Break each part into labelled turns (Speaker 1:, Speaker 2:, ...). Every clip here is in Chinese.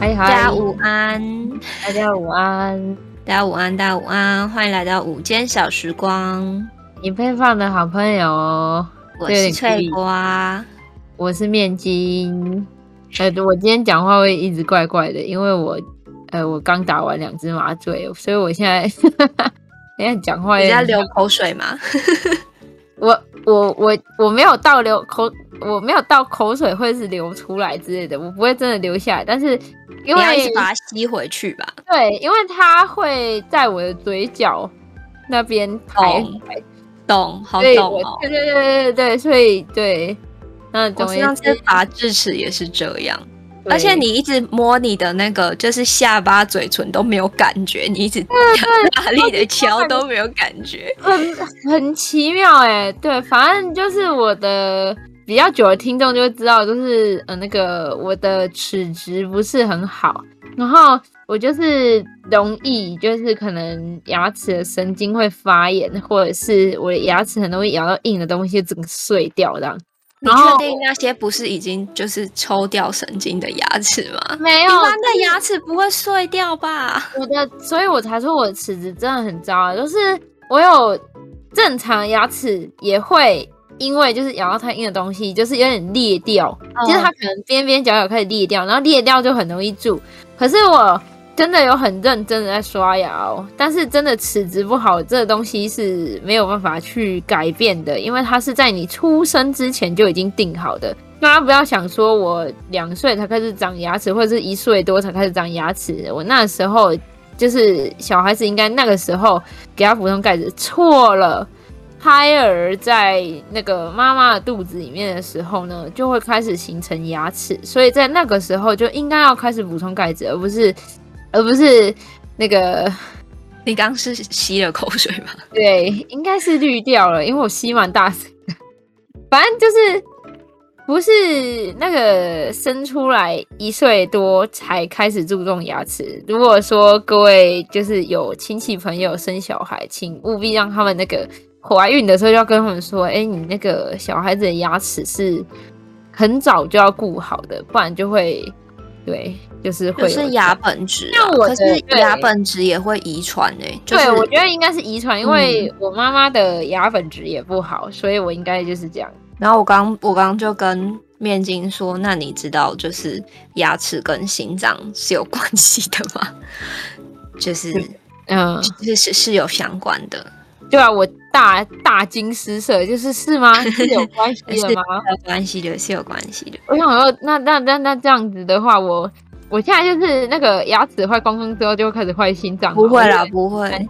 Speaker 1: 大
Speaker 2: 大家午安，
Speaker 1: 大家午安！
Speaker 2: 大家午安，大家午安，欢迎来到午间小时光，
Speaker 1: 你配饭的好朋友哦，
Speaker 2: 我
Speaker 1: 对
Speaker 2: 是翠瓜。
Speaker 1: 我是面筋。呃，我今天讲话会一直怪怪的，因为我呃我刚打完两只麻醉，所以我现在 现在讲话
Speaker 2: 你
Speaker 1: 有
Speaker 2: 在
Speaker 1: 点
Speaker 2: 流口水吗？
Speaker 1: 我我我我没有到流口，我没有到口水会是流出来之类的，我不会真的流下来，但是因
Speaker 2: 你要一
Speaker 1: 为
Speaker 2: 直把它吸回去吧。
Speaker 1: 对，因为它会在我的嘴角那边徘
Speaker 2: 懂
Speaker 1: 徊。
Speaker 2: 懂，好
Speaker 1: 所以
Speaker 2: 懂
Speaker 1: 我
Speaker 2: 哦。
Speaker 1: 对对对对对，所以对，那
Speaker 2: 我
Speaker 1: 总而
Speaker 2: 上
Speaker 1: 言
Speaker 2: 次
Speaker 1: 之，
Speaker 2: 拔智齿也是这样，而
Speaker 1: 对
Speaker 2: 且你一直摸你的那个，就是下巴、嘴唇都没有感觉，你一直大力的敲都没有感觉。
Speaker 1: 很很奇妙哎、对，反正就是我的比较久的听众就会知道，就是呃那个我的齿质不是很好，然后我就是容易就是可能牙齿的神经会发炎，或者是我的牙齿很容易咬到硬的东西，整个碎掉这样。
Speaker 2: 你
Speaker 1: 然后
Speaker 2: 确定那些不是已经就是抽掉神经的牙齿吗？
Speaker 1: 没
Speaker 2: 一
Speaker 1: 有，
Speaker 2: 般的牙齿不会碎掉吧？
Speaker 1: 我的，所以我才说我的齿质真的很糟啊，就是我有正常牙齿也会因为就是咬到太硬的东西，就是有点裂掉，就是它可能边边角角开始裂掉，然后裂掉就很容易蛀。可是我真的有很认真的在刷牙哦，但是真的齿质不好，这个东西是没有办法去改变的，因为它是在你出生之前就已经定好的。大家不要想说我两岁才开始长牙齿，或者是一岁多才开始长牙齿，我那时候就是小孩子应该那个时候给他补充钙质，错了。胎儿在那个妈妈的肚子里面的时候呢，就会开始形成牙齿，所以在那个时候就应该要开始补充钙质，而不是而不是那个
Speaker 2: 你刚是吸了口水吧？
Speaker 1: 对，应该是滤掉了，因为我吸蛮大声的。反正就是不是那个生出来一岁多才开始注重牙齿。如果说各位就是有亲戚朋友生小孩，请务必让他们那个怀孕的时候就要跟他们说，哎、你那个小孩子的牙齿是很早就要顾好的，不然就会对，就是会
Speaker 2: 就
Speaker 1: 有
Speaker 2: 是牙本质啊、
Speaker 1: 像我
Speaker 2: 可
Speaker 1: 的
Speaker 2: 是
Speaker 1: 对
Speaker 2: 牙本质也会遗传诶、就是嗯
Speaker 1: 对，我觉得应该是遗传，因为我妈妈的牙本质也不好，所以我应该就是这样。
Speaker 2: 然后我刚我刚就跟面筋说，那你知道就是牙齿跟心脏是有关系的吗？ 就是
Speaker 1: 嗯，
Speaker 2: 是是是有相关的，
Speaker 1: 对啊，我大大惊失色，就是是吗？是 有关系
Speaker 2: 是
Speaker 1: 的吗？
Speaker 2: 有关系的，是有关系的。
Speaker 1: 我想说，那那那那这样子的话，我我现在就是那个牙齿坏光光之后，就会开始坏心脏嘛。
Speaker 2: 不会啦，
Speaker 1: 我就，
Speaker 2: 不会。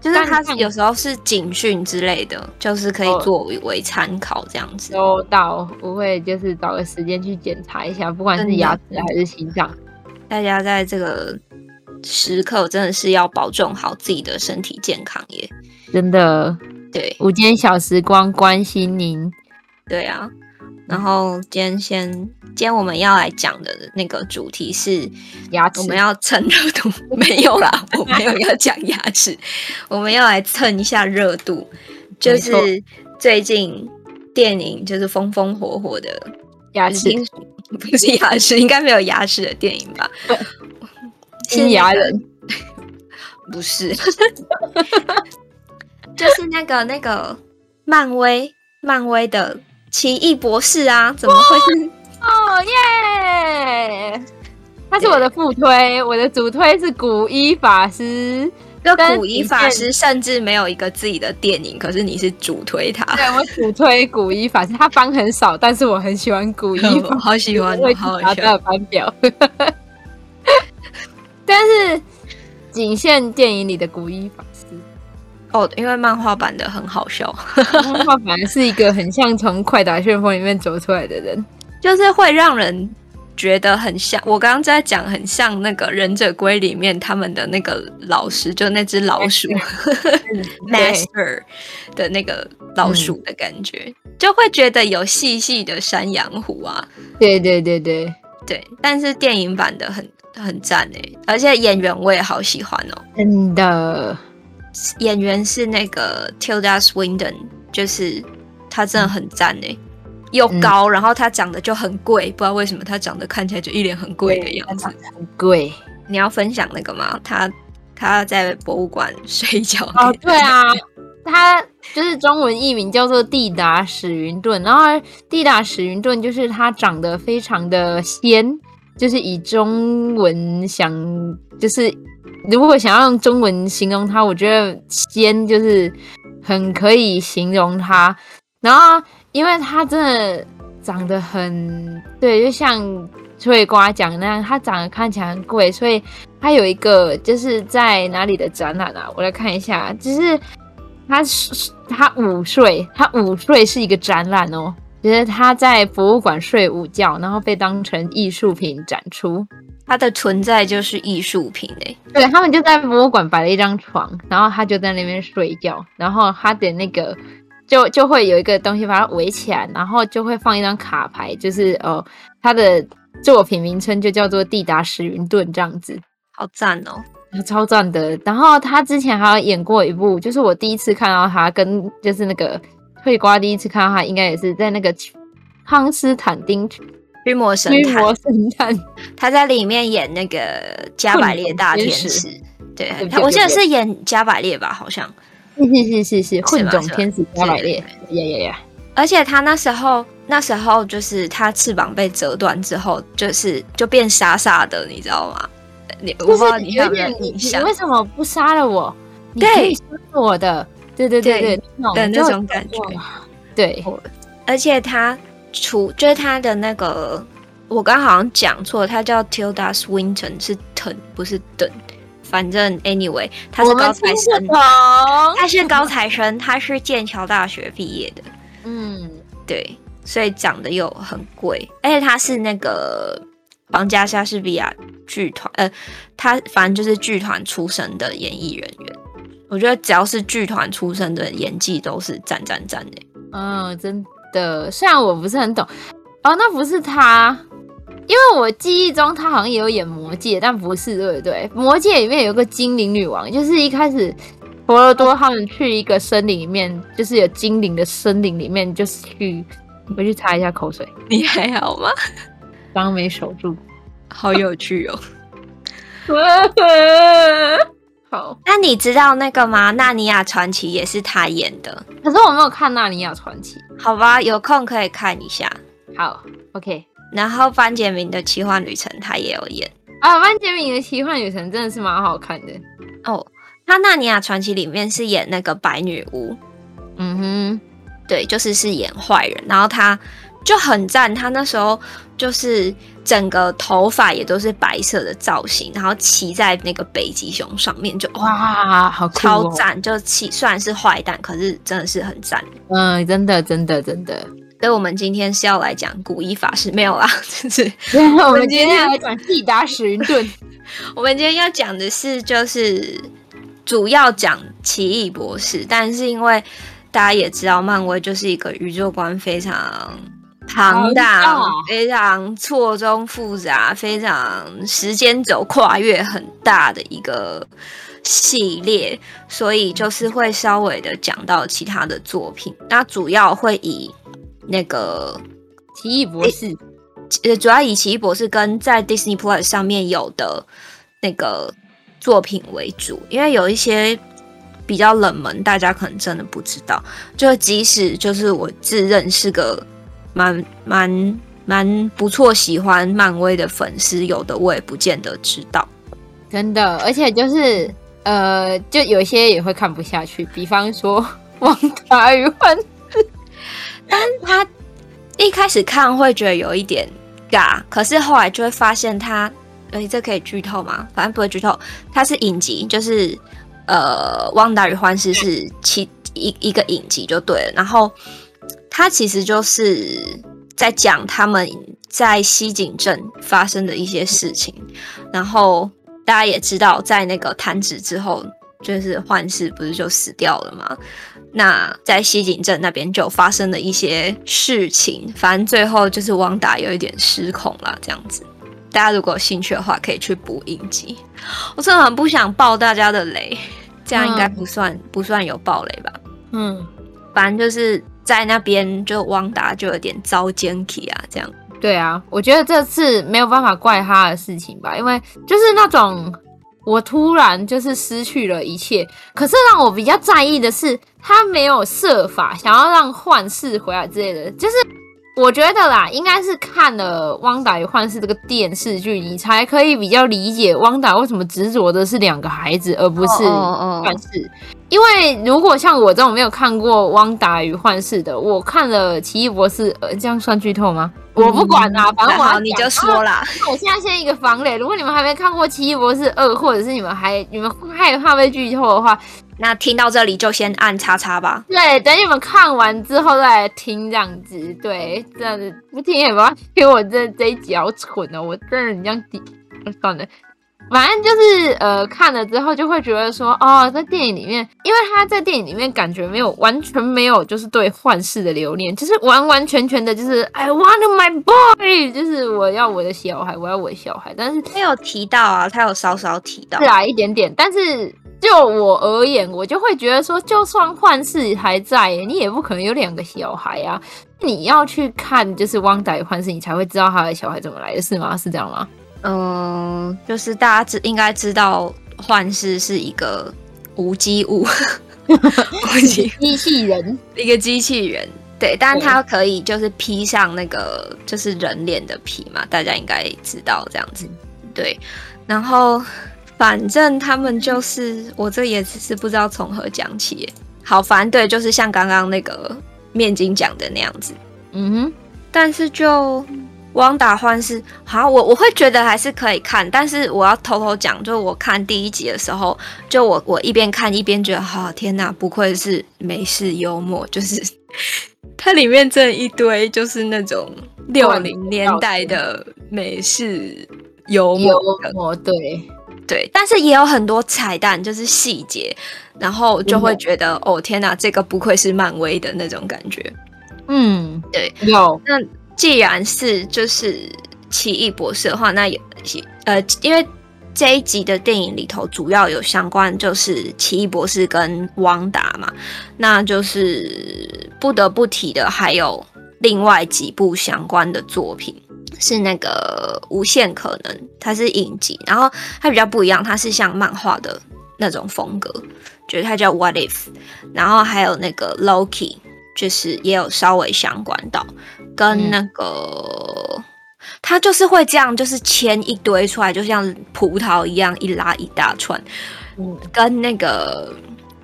Speaker 2: 就是它
Speaker 1: 但但
Speaker 2: 有时候是警讯之类的，就是可以
Speaker 1: 哦
Speaker 2: 作为为参考这样子。
Speaker 1: 收到，我会就是找个时间去检查一下，不管
Speaker 2: 真的
Speaker 1: 是牙齿还是心脏。
Speaker 2: 大家在这个时刻真的是要保重好自己的身体健康耶。
Speaker 1: 真的，
Speaker 2: 对
Speaker 1: 午间小时光关心您。
Speaker 2: 对啊，然后今天先，今天我们要来讲的那个主题是，
Speaker 1: 牙齿
Speaker 2: 我们要蹭热度，没有啦，我没有要讲牙齿，我们要来蹭一下热度，就
Speaker 1: 没错
Speaker 2: 是最近电影就是风风火火的
Speaker 1: 牙齿
Speaker 2: 听 不是牙齿，应该没有牙齿的电影吧？
Speaker 1: 金牙人
Speaker 2: 不 是，就是那个那个漫威漫威的奇异博士啊，怎么会是？
Speaker 1: 哦耶！他是我的副推，我的主推是古一法师。
Speaker 2: 个古一法师甚至没有一个自己的电影，可是你是主推他，
Speaker 1: 对，我主推古一法师，他帮很少，但是我很喜欢古一
Speaker 2: 我
Speaker 1: 法
Speaker 2: 好喜欢
Speaker 1: 师，会，去
Speaker 2: 好
Speaker 1: 查他
Speaker 2: 好 笑。
Speaker 1: 的班表。但是仅限电影里的古一法师，
Speaker 2: 哦，因为漫画版的很好笑，
Speaker 1: 他反而是一个很像从《快打旋风》里面走出来的 人。
Speaker 2: 就是会让人觉得很像。我刚刚在讲，很像那个忍者龟里面他们的那个老师，就那只老鼠。
Speaker 1: 对
Speaker 2: master 的那个老鼠的感觉，
Speaker 1: 嗯
Speaker 2: 就会觉得有细细的山羊胡啊，
Speaker 1: 对对对对，
Speaker 2: 对。但是电影版的很很赞哎、而且演员我也好喜欢哦，
Speaker 1: 真的。嗯
Speaker 2: 演员是那个 Tilda Swinton，就是他真的很赞哎、又高，然后它长得就很贵，不知道为什么它长得看起来就一脸很贵的样子。
Speaker 1: 很贵
Speaker 2: 你要分享那个吗？他他在博物馆睡觉
Speaker 1: 哦，对啊，它就是中文译名叫做蒂达史云顿，然后蒂达史云顿就是它长得非常的仙，就是以中文想就是如果想要用中文形容它，我觉得仙就是很可以形容它，然后因为它真的长得很对，就像翠瓜讲的那样，它长得看起来很贵，所以它有一个就是在哪里的展览啊？我来看一下，就是它是它午睡，它午睡是一个展览哦，就是它在博物馆睡午觉，然后被当成艺术品展出。
Speaker 2: 它的存在就是艺术品哎、
Speaker 1: 对他们就在博物馆摆了一张床，然后他就在那边睡觉，然后他的那个就就会有一个东西把它围起来，然后就会放一张卡牌，就是哦，他的作品名称就叫做《蒂达史云顿》这样子，
Speaker 2: 好赞哦！
Speaker 1: 超赞的。然后他之前还有演过一部，就是我第一次看到他跟就是那个翠瓜第一次看到他，应该也是在那个康斯坦丁驱
Speaker 2: 驱魔神探，
Speaker 1: 魔神 探
Speaker 2: 他在里面演那个加百列大天
Speaker 1: 混
Speaker 2: 使
Speaker 1: 种，
Speaker 2: 对
Speaker 1: 对，
Speaker 2: 他
Speaker 1: 对
Speaker 2: 我记得
Speaker 1: 对
Speaker 2: 是演加百列吧，好像。
Speaker 1: 是是是是是
Speaker 2: 是
Speaker 1: 混
Speaker 2: 吧
Speaker 1: 种
Speaker 2: 是吧
Speaker 1: 天使加百列
Speaker 2: 是，
Speaker 1: 呀呀呀！
Speaker 2: 而且他那时候，那时候就是他翅膀被折断之后，就是就变傻傻的，你知道吗？你
Speaker 1: 就
Speaker 2: 我不
Speaker 1: 是
Speaker 2: 知道你有没
Speaker 1: 点
Speaker 2: 有
Speaker 1: 你
Speaker 2: 印
Speaker 1: 你
Speaker 2: 象
Speaker 1: 为什么不杀了我？你
Speaker 2: 对
Speaker 1: 可以杀了我的，对对对
Speaker 2: 对
Speaker 1: 对，那
Speaker 2: 的
Speaker 1: 种
Speaker 2: 那
Speaker 1: 就
Speaker 2: 种感觉。
Speaker 1: 哇对，
Speaker 2: 而且他除就是他的那个，我刚好像讲错，他叫 Tilda Swinton，是 Ton 不是 Don。反正 anyway，他是
Speaker 1: 我们
Speaker 2: 高
Speaker 1: 听
Speaker 2: 材
Speaker 1: 不
Speaker 2: 生，
Speaker 1: 懂。
Speaker 2: 他是高材生，他是剑桥大学毕业的。
Speaker 1: 嗯，
Speaker 2: 对，所以长得又很贵，而且他是那个皇家莎士比亚剧团，呃，他反正就是剧团出身的演艺人员。我觉得只要是剧团出身的演技都是赞赞赞的。
Speaker 1: 哦，真的，虽然我不是很懂，哦，那不是他。因为我记忆中他好像也有演《魔戒》，但不是，对不对？《魔戒》里面有个精灵女王，就是一开始佛罗多他们去一个森林里面，就是有精灵的森林里面，就是去，我去擦一下口水，
Speaker 2: 你还好吗？
Speaker 1: 刚刚没守住。
Speaker 2: 好有趣哦。
Speaker 1: 好，
Speaker 2: 那你知道那个吗？《纳尼亚传奇》也是他演的，
Speaker 1: 可是我没有看《纳尼亚传奇》。
Speaker 2: 好吧？有空可以看一下。
Speaker 1: 好，OK。
Speaker 2: 然后班杰明的奇幻旅程他也有演
Speaker 1: 啊，万杰明的奇幻旅程真的是蛮好看的。
Speaker 2: 哦。他《纳尼亚传奇》里面是演那个白女巫，
Speaker 1: 嗯哼，
Speaker 2: 对，就是是演坏人，然后他就很赞，他那时候就是整个头发也都是白色的造型，然后骑在那个北极熊上面，就哇、
Speaker 1: 哇，好酷、哦
Speaker 2: 超！赞，就骑虽然是坏蛋，可是真的是很赞。
Speaker 1: 嗯，真的，真的，真的。
Speaker 2: 所以我们今天是要来讲古一法师，没有啦， 就是
Speaker 1: 我
Speaker 2: 们
Speaker 1: 们今
Speaker 2: 今天
Speaker 1: 天来讲蒂达史云顿。
Speaker 2: 我们今天要讲的是，就是主要讲奇异博士，但是因为大家也知道，漫威就是一个宇宙观非常庞大、
Speaker 1: 庞大
Speaker 2: 非常错综复杂、非常时间轴跨越很大的一个系列，所以就是会稍微的讲到其他的作品。那主要会以那个
Speaker 1: 奇异博士，
Speaker 2: 呃，主要以奇异博士跟在 Disney Plus 上面有的那个作品为主，因为有一些比较冷门，大家可能真的不知道。就即使就是我自认是个蛮蛮蛮不错，喜欢漫威的粉丝，有的我也不见得知道。
Speaker 1: 真的，而且就是呃，就有些也会看不下去，比方说王达与幻
Speaker 2: 他一开始看会觉得有一点尬，可是后来就会发现他，哎、这可以剧透吗？反正不会剧透。它是影集，就是呃，《汪达与幻视》是其一一个影集就对了。然后它其实就是在讲他们在西井镇发生的一些事情。然后大家也知道，在那个弹指之后，就是幻视不是就死掉了吗？那在西井镇那边就发生了一些事情，反正最后就是汪达有一点失控啦，这样子。大家如果有兴趣的话，可以去补影集。我真的很不想爆大家的雷，这样应该
Speaker 1: 嗯
Speaker 2: 不算、不算有爆雷吧？
Speaker 1: 嗯，
Speaker 2: 反正就是在那边就汪达就有点遭奸气啊，这样。
Speaker 1: 对啊，我觉得这次没有办法怪他的事情吧，因为就是那种我突然就是失去了一切。可是让我比较在意的是，他没有设法想要让幻视回来之类的。就是我觉得啦，应该是看了《汪达与幻视》这个电视剧，你才可以比较理解汪达为什么执着的是两个孩子，而不是
Speaker 2: 哦哦哦
Speaker 1: 幻视。因为如果像我这种没有看过《汪达与幻视》的，我看了《奇异博士》，呃，这样算剧透吗？我不管啦、反正我要
Speaker 2: 嗯好，
Speaker 1: 讲
Speaker 2: 你就说。啦。
Speaker 1: 那我现在先一个防雷，如果你们还没看过《奇异博士二》，或者是你们还你们害怕被剧透的话，
Speaker 2: 那听到这里就先按叉叉吧。
Speaker 1: 对，等你们看完之后再来听这样子。对，这样子不听也没关系。我这这一集好蠢哦，我真的很像底，算了。反正就是呃，看了之后就会觉得说，哦，在电影里面，因为他在电影里面感觉没有完全没有就是对幻视的留恋，就是完完全全的就是 I want my boy，就是我要我的小孩，我要我的小孩。但是
Speaker 2: 他有提到啊，他有稍稍提到
Speaker 1: 是。啊，一点点。但是就我而言，我就会觉得说，就算幻视还在，你也不可能有两个小孩啊。你要去看就是汪达与幻视，你才会知道他的小孩怎么来的，是吗？是这样吗？
Speaker 2: 嗯、就是大家知应该知道，幻视是一个无机 物，无机
Speaker 1: 机器人，
Speaker 2: 一个机器人。对，但
Speaker 1: 对
Speaker 2: 它可以就是披上那个就是人脸的皮嘛，大家应该知道这样子。
Speaker 1: 嗯
Speaker 2: 对，然后反正他们就是我这也只是不知道从何讲起耶。好，反正对，就是像刚刚那个面筋讲的那样子，
Speaker 1: 嗯
Speaker 2: 但是就汪达幻视，好，我我会觉得还是可以看，但是我要偷偷讲，就我看第一集的时候，就我我一边看一边觉得，好、天哪，不愧是美式幽默，就是 它里面这一堆就是那种六零年代的美式幽
Speaker 1: 哼，
Speaker 2: 默
Speaker 1: 幽
Speaker 2: 梗
Speaker 1: 默对，
Speaker 2: 对，但是也有很多彩蛋，就是细节，然后就会
Speaker 1: 真的
Speaker 2: 觉得，哦，天哪，这个不愧是漫威的那种感觉。
Speaker 1: 嗯，
Speaker 2: 对，
Speaker 1: 有，
Speaker 2: 那既然是就是奇异博士的话，那也呃，因为这一集的电影里头主要有相关就是奇异博士跟汪达嘛，那就是不得不提的还有另外几部相关的作品。是那个无限可能，它是影集，然后它比较不一样，它是像漫画的那种风格，就是它叫 What If，然后还有那个 Loki，就是也有稍微相关到，跟
Speaker 1: 嗯
Speaker 2: 那个、他就是会这样，就是牵一堆出来，就像葡萄一样一拉一大串，
Speaker 1: 嗯，
Speaker 2: 跟那个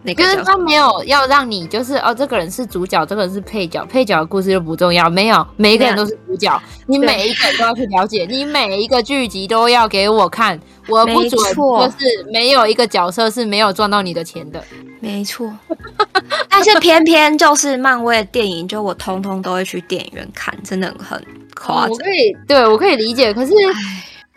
Speaker 2: 那
Speaker 1: 就
Speaker 2: 个
Speaker 1: 是
Speaker 2: 叫
Speaker 1: 他没有要让你就是哦，这个人是主角，这个人是配角，配角的故事就不重要，没有，每一个人都是主角，你
Speaker 2: 对
Speaker 1: 每一个人都要去了解，你每一个剧集都要给我看，我不
Speaker 2: 没
Speaker 1: 准
Speaker 2: 错嗯
Speaker 1: 就是没有一个角色是没有赚到你的钱的，
Speaker 2: 没错， 但是偏偏就是漫威的电影，就我通通都会去电影院看，真的很夸
Speaker 1: 哦我
Speaker 2: 张。
Speaker 1: 可以，对我可以理解，可是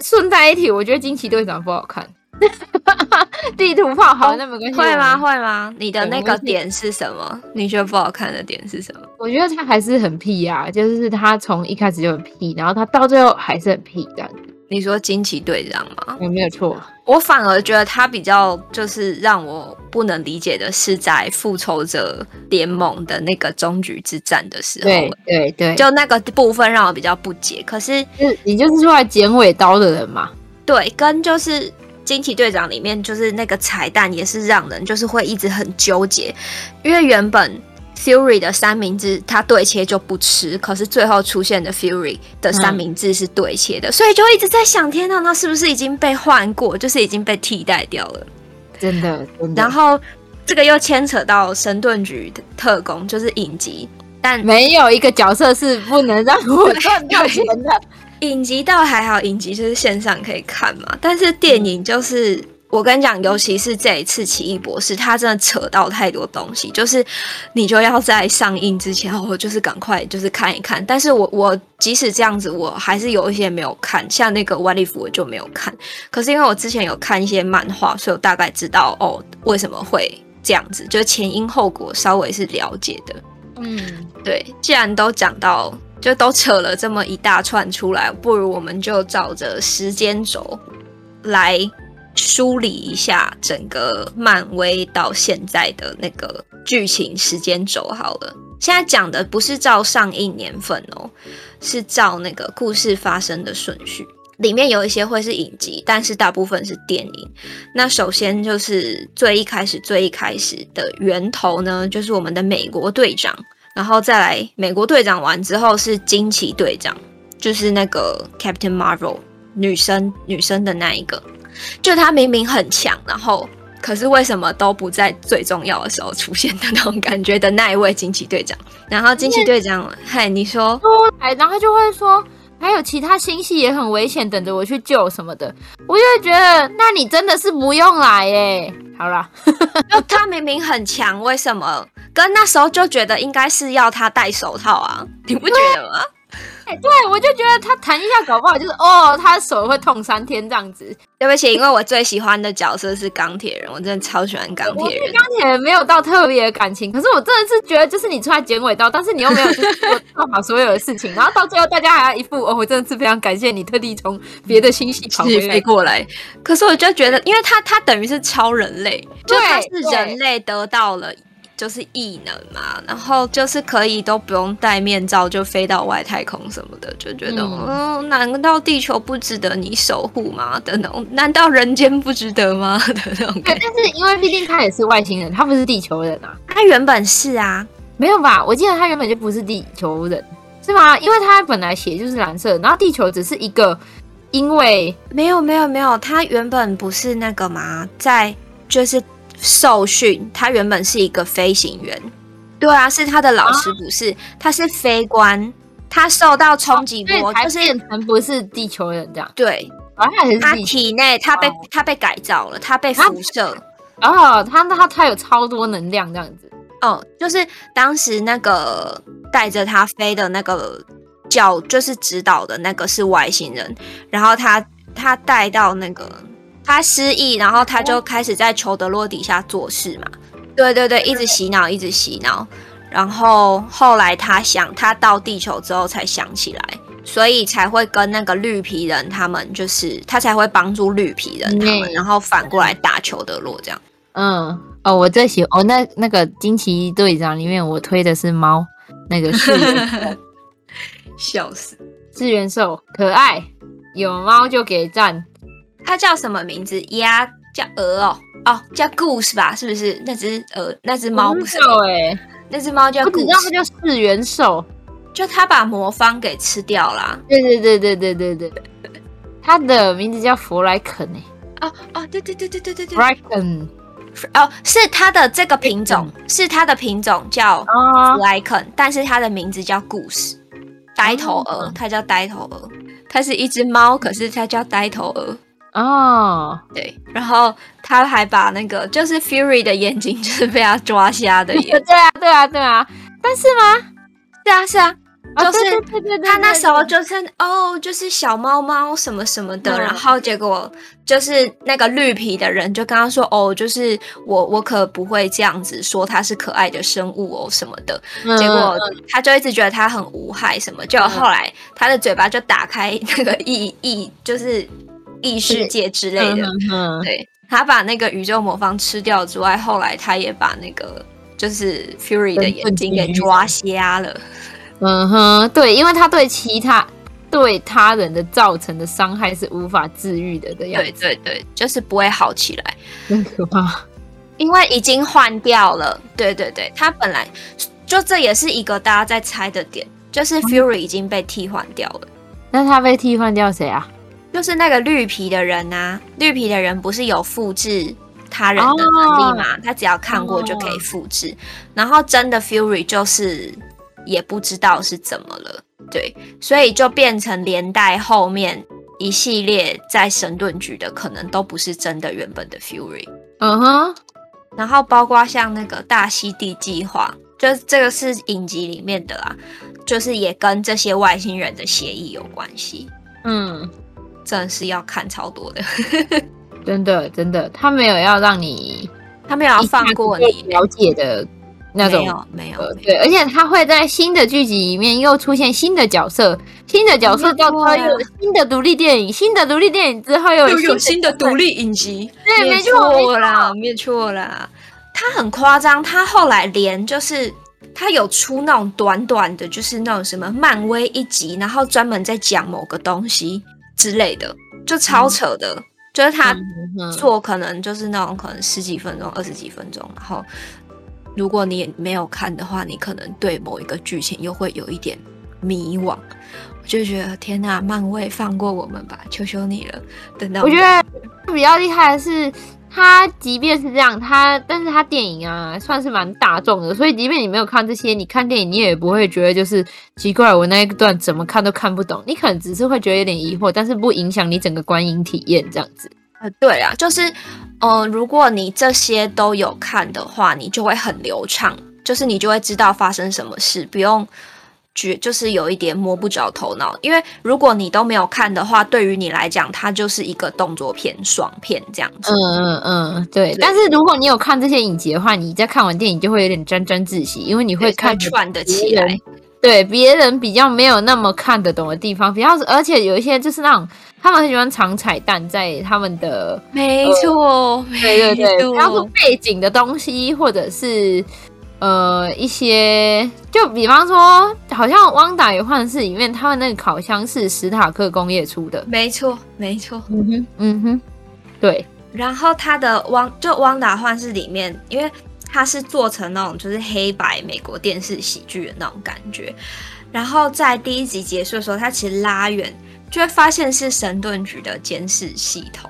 Speaker 1: 顺带一提，我觉得惊奇队长不好看。 地图炮好，那没关系。
Speaker 2: 哦
Speaker 1: 啊我
Speaker 2: 会吗？
Speaker 1: 们？
Speaker 2: 会吗？你的
Speaker 1: 对
Speaker 2: 那
Speaker 1: 我
Speaker 2: 个
Speaker 1: 们是
Speaker 2: 点是什么？你觉得不好看的点是什么？
Speaker 1: 我觉得他还是很屁啊，就是他从一开始就很屁，然后他到最后还是很屁这样子，
Speaker 2: 你说惊奇队长吗？
Speaker 1: 有没有错？
Speaker 2: 我反而觉得他比较就是让我不能理解的是，在复仇者联盟的那个终局之战的时
Speaker 1: 对
Speaker 2: 候，
Speaker 1: 对对，
Speaker 2: 就那个部分让我比较不解。可是
Speaker 1: 就是你就是出来剪尾刀的人嘛。
Speaker 2: 对，跟就是惊奇队长里面就是那个彩蛋也是让人就是会一直很纠结，因为原本 Fury 的三明治他对切就不吃，可是最后出现的 Fury 的三明治是对切的，所以就一直在想，天呐，那是不是已经被换过，就是已经被替代掉了？
Speaker 1: 真的，真的。
Speaker 2: 然后这个又牵扯到神盾局的特工，就是影集。但
Speaker 1: 没有一个角色是不能让我赚到钱的。
Speaker 2: 影集倒还好，影集就是线上可以看嘛，但是电影就是。我跟你讲，尤其是这一次《奇异博士》，他真的扯到太多东西，就是你就要在上映之前，我就是赶快就是看一看。但是我我即使这样子，我还是有一些没有看，像那个《What If》我就没有看。可是因为我之前有看一些漫画，所以我大概知道哦为什么会这样子，就是前因后果稍微是了解的。
Speaker 1: 嗯，
Speaker 2: 对，既然都讲到，就都扯了这么一大串出来，不如我们就照着时间轴来梳理一下整个漫威到现在的那个剧情时间轴好了。现在讲的不是照上映年份哦，是照那个故事发生的顺序。里面有一些会是影集，但是大部分是电影。那首先就是最一开始、最一开始的源头呢，就是我们的美国队长，然后再来美国队长完之后是惊奇队长，就是那个 Captain Marvel 女生女生的那一个，就她明明很强，然后可是为什么都不在最重要的时候出现的那种感觉的那一位惊奇队长。然后惊奇队长，嗨，你说
Speaker 1: 出来，然后他就会说。还有其他星系也很危险，等着我去救什么的，我就会觉得，那你真的是不用来耶、好啦，
Speaker 2: 就哦他明明很强，为什么？跟那时候就觉得应该是要他戴手套啊，你不觉得吗？
Speaker 1: 哎、对我就觉得他弹一下搞不好就是哦，他手会痛三天这样子。
Speaker 2: 对不起，因为我最喜欢的角色是钢铁人，我真的超喜欢钢
Speaker 1: 我
Speaker 2: 铁
Speaker 1: 对
Speaker 2: 人。
Speaker 1: 钢铁人没有到特别的感情，可是我真的是觉得，就是你出来剪尾刀，但是你又没有 就是做做好所有的事情，然后到最后大家还要一副哦，我真的是非常感谢你特地从别的星系跑
Speaker 2: 自己
Speaker 1: 回来
Speaker 2: 飞。过来，可是我就觉得，因为他他等于是超人类，就
Speaker 1: 对
Speaker 2: 他是人类得到了就是异能嘛，然后就是可以都不用戴面罩就飞到外太空什么的，就觉得
Speaker 1: 嗯
Speaker 2: 嗯、难道地球不值得你守护吗？的那种，难道人间不值得吗？ 的那种感
Speaker 1: 对
Speaker 2: 觉。，
Speaker 1: 但是因为毕竟他也是外星人，他不是地球人啊。
Speaker 2: 他原本是啊，
Speaker 1: 没有吧？我记得他原本就不是地球人，是吗？因为他本来血就是蓝色，然后地球只是一个，因为
Speaker 2: 没有没有没有，他原本不是那个嘛，在就是受训，他原本是一个飞行员。对啊，是他的老师不是，他是飞官，他受到冲击
Speaker 1: 哦所
Speaker 2: 波，
Speaker 1: 以才
Speaker 2: 就是
Speaker 1: 变成不是地球人这样。
Speaker 2: 对
Speaker 1: 然后他还是
Speaker 2: 他
Speaker 1: 地球
Speaker 2: 体内他被
Speaker 1: 哦啊
Speaker 2: 他被改造了，他被辐射。
Speaker 1: 哦，他那他他有超多能量这样子。
Speaker 2: 哦，就是当时那个带着他飞的那个教，就是指导的那个是外星人，然后他他带到那个他失忆，然后他就开始在裘德洛底下做事嘛。对对对，一直洗脑，一直洗脑。然后后来他想，他到地球之后才想起来，所以才会跟那个绿皮人他们，就是他才会帮助绿皮人他们，
Speaker 1: 嗯
Speaker 2: 然后反过来打裘德洛这样。
Speaker 1: 嗯，哦，我最喜哦那那个惊奇队长里面我推的是猫，那 个是
Speaker 2: 笑死！
Speaker 1: 是元兽，可爱，有猫就给赞。
Speaker 2: 它叫什么名字？鸭叫鹅哦，哦叫 goose 吧？是不是？那只鹅，那只猫不是
Speaker 1: 我知道哎，
Speaker 2: 那只猫叫
Speaker 1: 我只知道它
Speaker 2: goose，
Speaker 1: 叫四元兽。
Speaker 2: 就它把魔方给吃掉啦。
Speaker 1: 对对对对对对对，他的名字叫弗莱肯诶、
Speaker 2: 哦哦，对对对对对对
Speaker 1: 弗莱肯
Speaker 2: 哦，是它的这个品种，是它的品种叫
Speaker 1: 啊
Speaker 2: l i c o n 但是它的名字叫 goose，呆头鹅
Speaker 1: 哦，
Speaker 2: 它叫呆头鹅，它是一只猫，可是它叫呆头鹅。
Speaker 1: 哦，
Speaker 2: 对，然后它还把那个就是 Fury 的眼睛，就是被它抓瞎的 眼
Speaker 1: 对啊对啊对啊，但是吗？
Speaker 2: 是啊是啊，
Speaker 1: 啊
Speaker 2: 就是
Speaker 1: 对对对对对，
Speaker 2: 他那时候
Speaker 1: 对
Speaker 2: 就是哦，就是小猫猫什么什么的，
Speaker 1: 嗯
Speaker 2: 然后结果就是那个绿皮的人就跟他说哦，就是我我可不会这样子说它是可爱的生物哦什么的，
Speaker 1: 对
Speaker 2: 结
Speaker 1: 嗯
Speaker 2: 果他就一直觉得它很无害什么，就后来他的嘴巴就打开那个异异就是异世界之类的，
Speaker 1: 嗯嗯嗯
Speaker 2: 对他把那个宇宙魔方吃掉之外，后来他也把那个就是 Fury 的眼睛给抓瞎了。
Speaker 1: 嗯哼，对，因为他对其他对他人的造成的伤害是无法治愈的的样
Speaker 2: 对
Speaker 1: 子，
Speaker 2: 对对，就是不会好起来，
Speaker 1: 很可怕。
Speaker 2: 因为已经换掉了。对对对，他本来就这也是一个大家在猜的点，就是 Fury 已经被替换掉了，
Speaker 1: 那他被替换掉谁啊？
Speaker 2: 就是那个绿皮的人啊，绿皮的人不是有复制。他人的能力嘛他只要看过就可以复制。然后真的 Fury 就是也不知道是怎么了，对，所以就变成连带后面一系列在神盾局的可能都不是真的原本的 Fury。
Speaker 1: 嗯哼，
Speaker 2: 然后包括像那个大溪地计划，就是这个是影集里面的啦，就是也跟这些外星人的协议有关系，
Speaker 1: 嗯，
Speaker 2: 真的是要看超多的，
Speaker 1: 真的真的，他没有要让你
Speaker 2: 他没有要放过
Speaker 1: 一下子
Speaker 2: 你，
Speaker 1: 就了解的那种
Speaker 2: 没有没有
Speaker 1: 呃，
Speaker 2: 没有
Speaker 1: 对，而且他会在新的剧集里面又出现新的角色，新的角
Speaker 2: 哦
Speaker 1: 色到最后又有新的独立电影，新的独立电影之后又有新的
Speaker 2: 的独立影集，
Speaker 1: 对，没
Speaker 2: 没
Speaker 1: 错，没错
Speaker 2: 啦，没错啦，他很夸张，他后来连就是它有出那种短短的，就是那种什么漫威一集，然后专门在讲某个东西之类的，就
Speaker 1: 嗯
Speaker 2: 超扯的。就是它做可能就是那种可能十几分钟、二十几分钟，然后如果你也没有看的话，你可能对某一个剧情又会有一点迷惘。我就觉得天呐，漫威放过我们吧，求求你了！等到
Speaker 1: 我觉得比较厉害的是，它即便是这样，它但是它电影啊算是蛮大众的，所以即便你没有看这些，你看电影你也不会觉得就是奇怪，我那一段怎么看都看不懂，你可能只是会觉得有点疑惑，但是不影响你整个观影体验这样子。
Speaker 2: 呃，对啊，就是，呃，如果你这些都有看的话，你就会很流畅，就是你就会知道发生什么事，不用觉就是有一点摸不着头脑。因为如果你都没有看的话，对于你来讲，它就是一个动作片、爽片这样子。
Speaker 1: 嗯嗯嗯，对。
Speaker 2: 对
Speaker 1: 但是如果你有看这些影集的话，你在看完电影就会有点沾沾自喜，因为你会
Speaker 2: 对它
Speaker 1: 看
Speaker 2: 串的
Speaker 1: 别
Speaker 2: 起来
Speaker 1: 人，对别人比较没有那么看得懂的地方，比较是而且有一些就是那种他们很喜欢藏彩蛋在他们的
Speaker 2: 没错，
Speaker 1: 对对
Speaker 2: 没
Speaker 1: 对，然后是
Speaker 2: 错，
Speaker 1: 背景的东西或者是呃一些，就比方说，好像《汪达与幻视》里面他们那个烤箱是史塔克工业出的，
Speaker 2: 没错，没错。
Speaker 1: 嗯哼，嗯哼，对，
Speaker 2: 然后它的汪就汪达幻视里面，因为它是做成那种就是黑白美国电视喜剧的那种感觉。然后在第一集结束的时候，它其实拉远就会发现是神盾局的监视系统。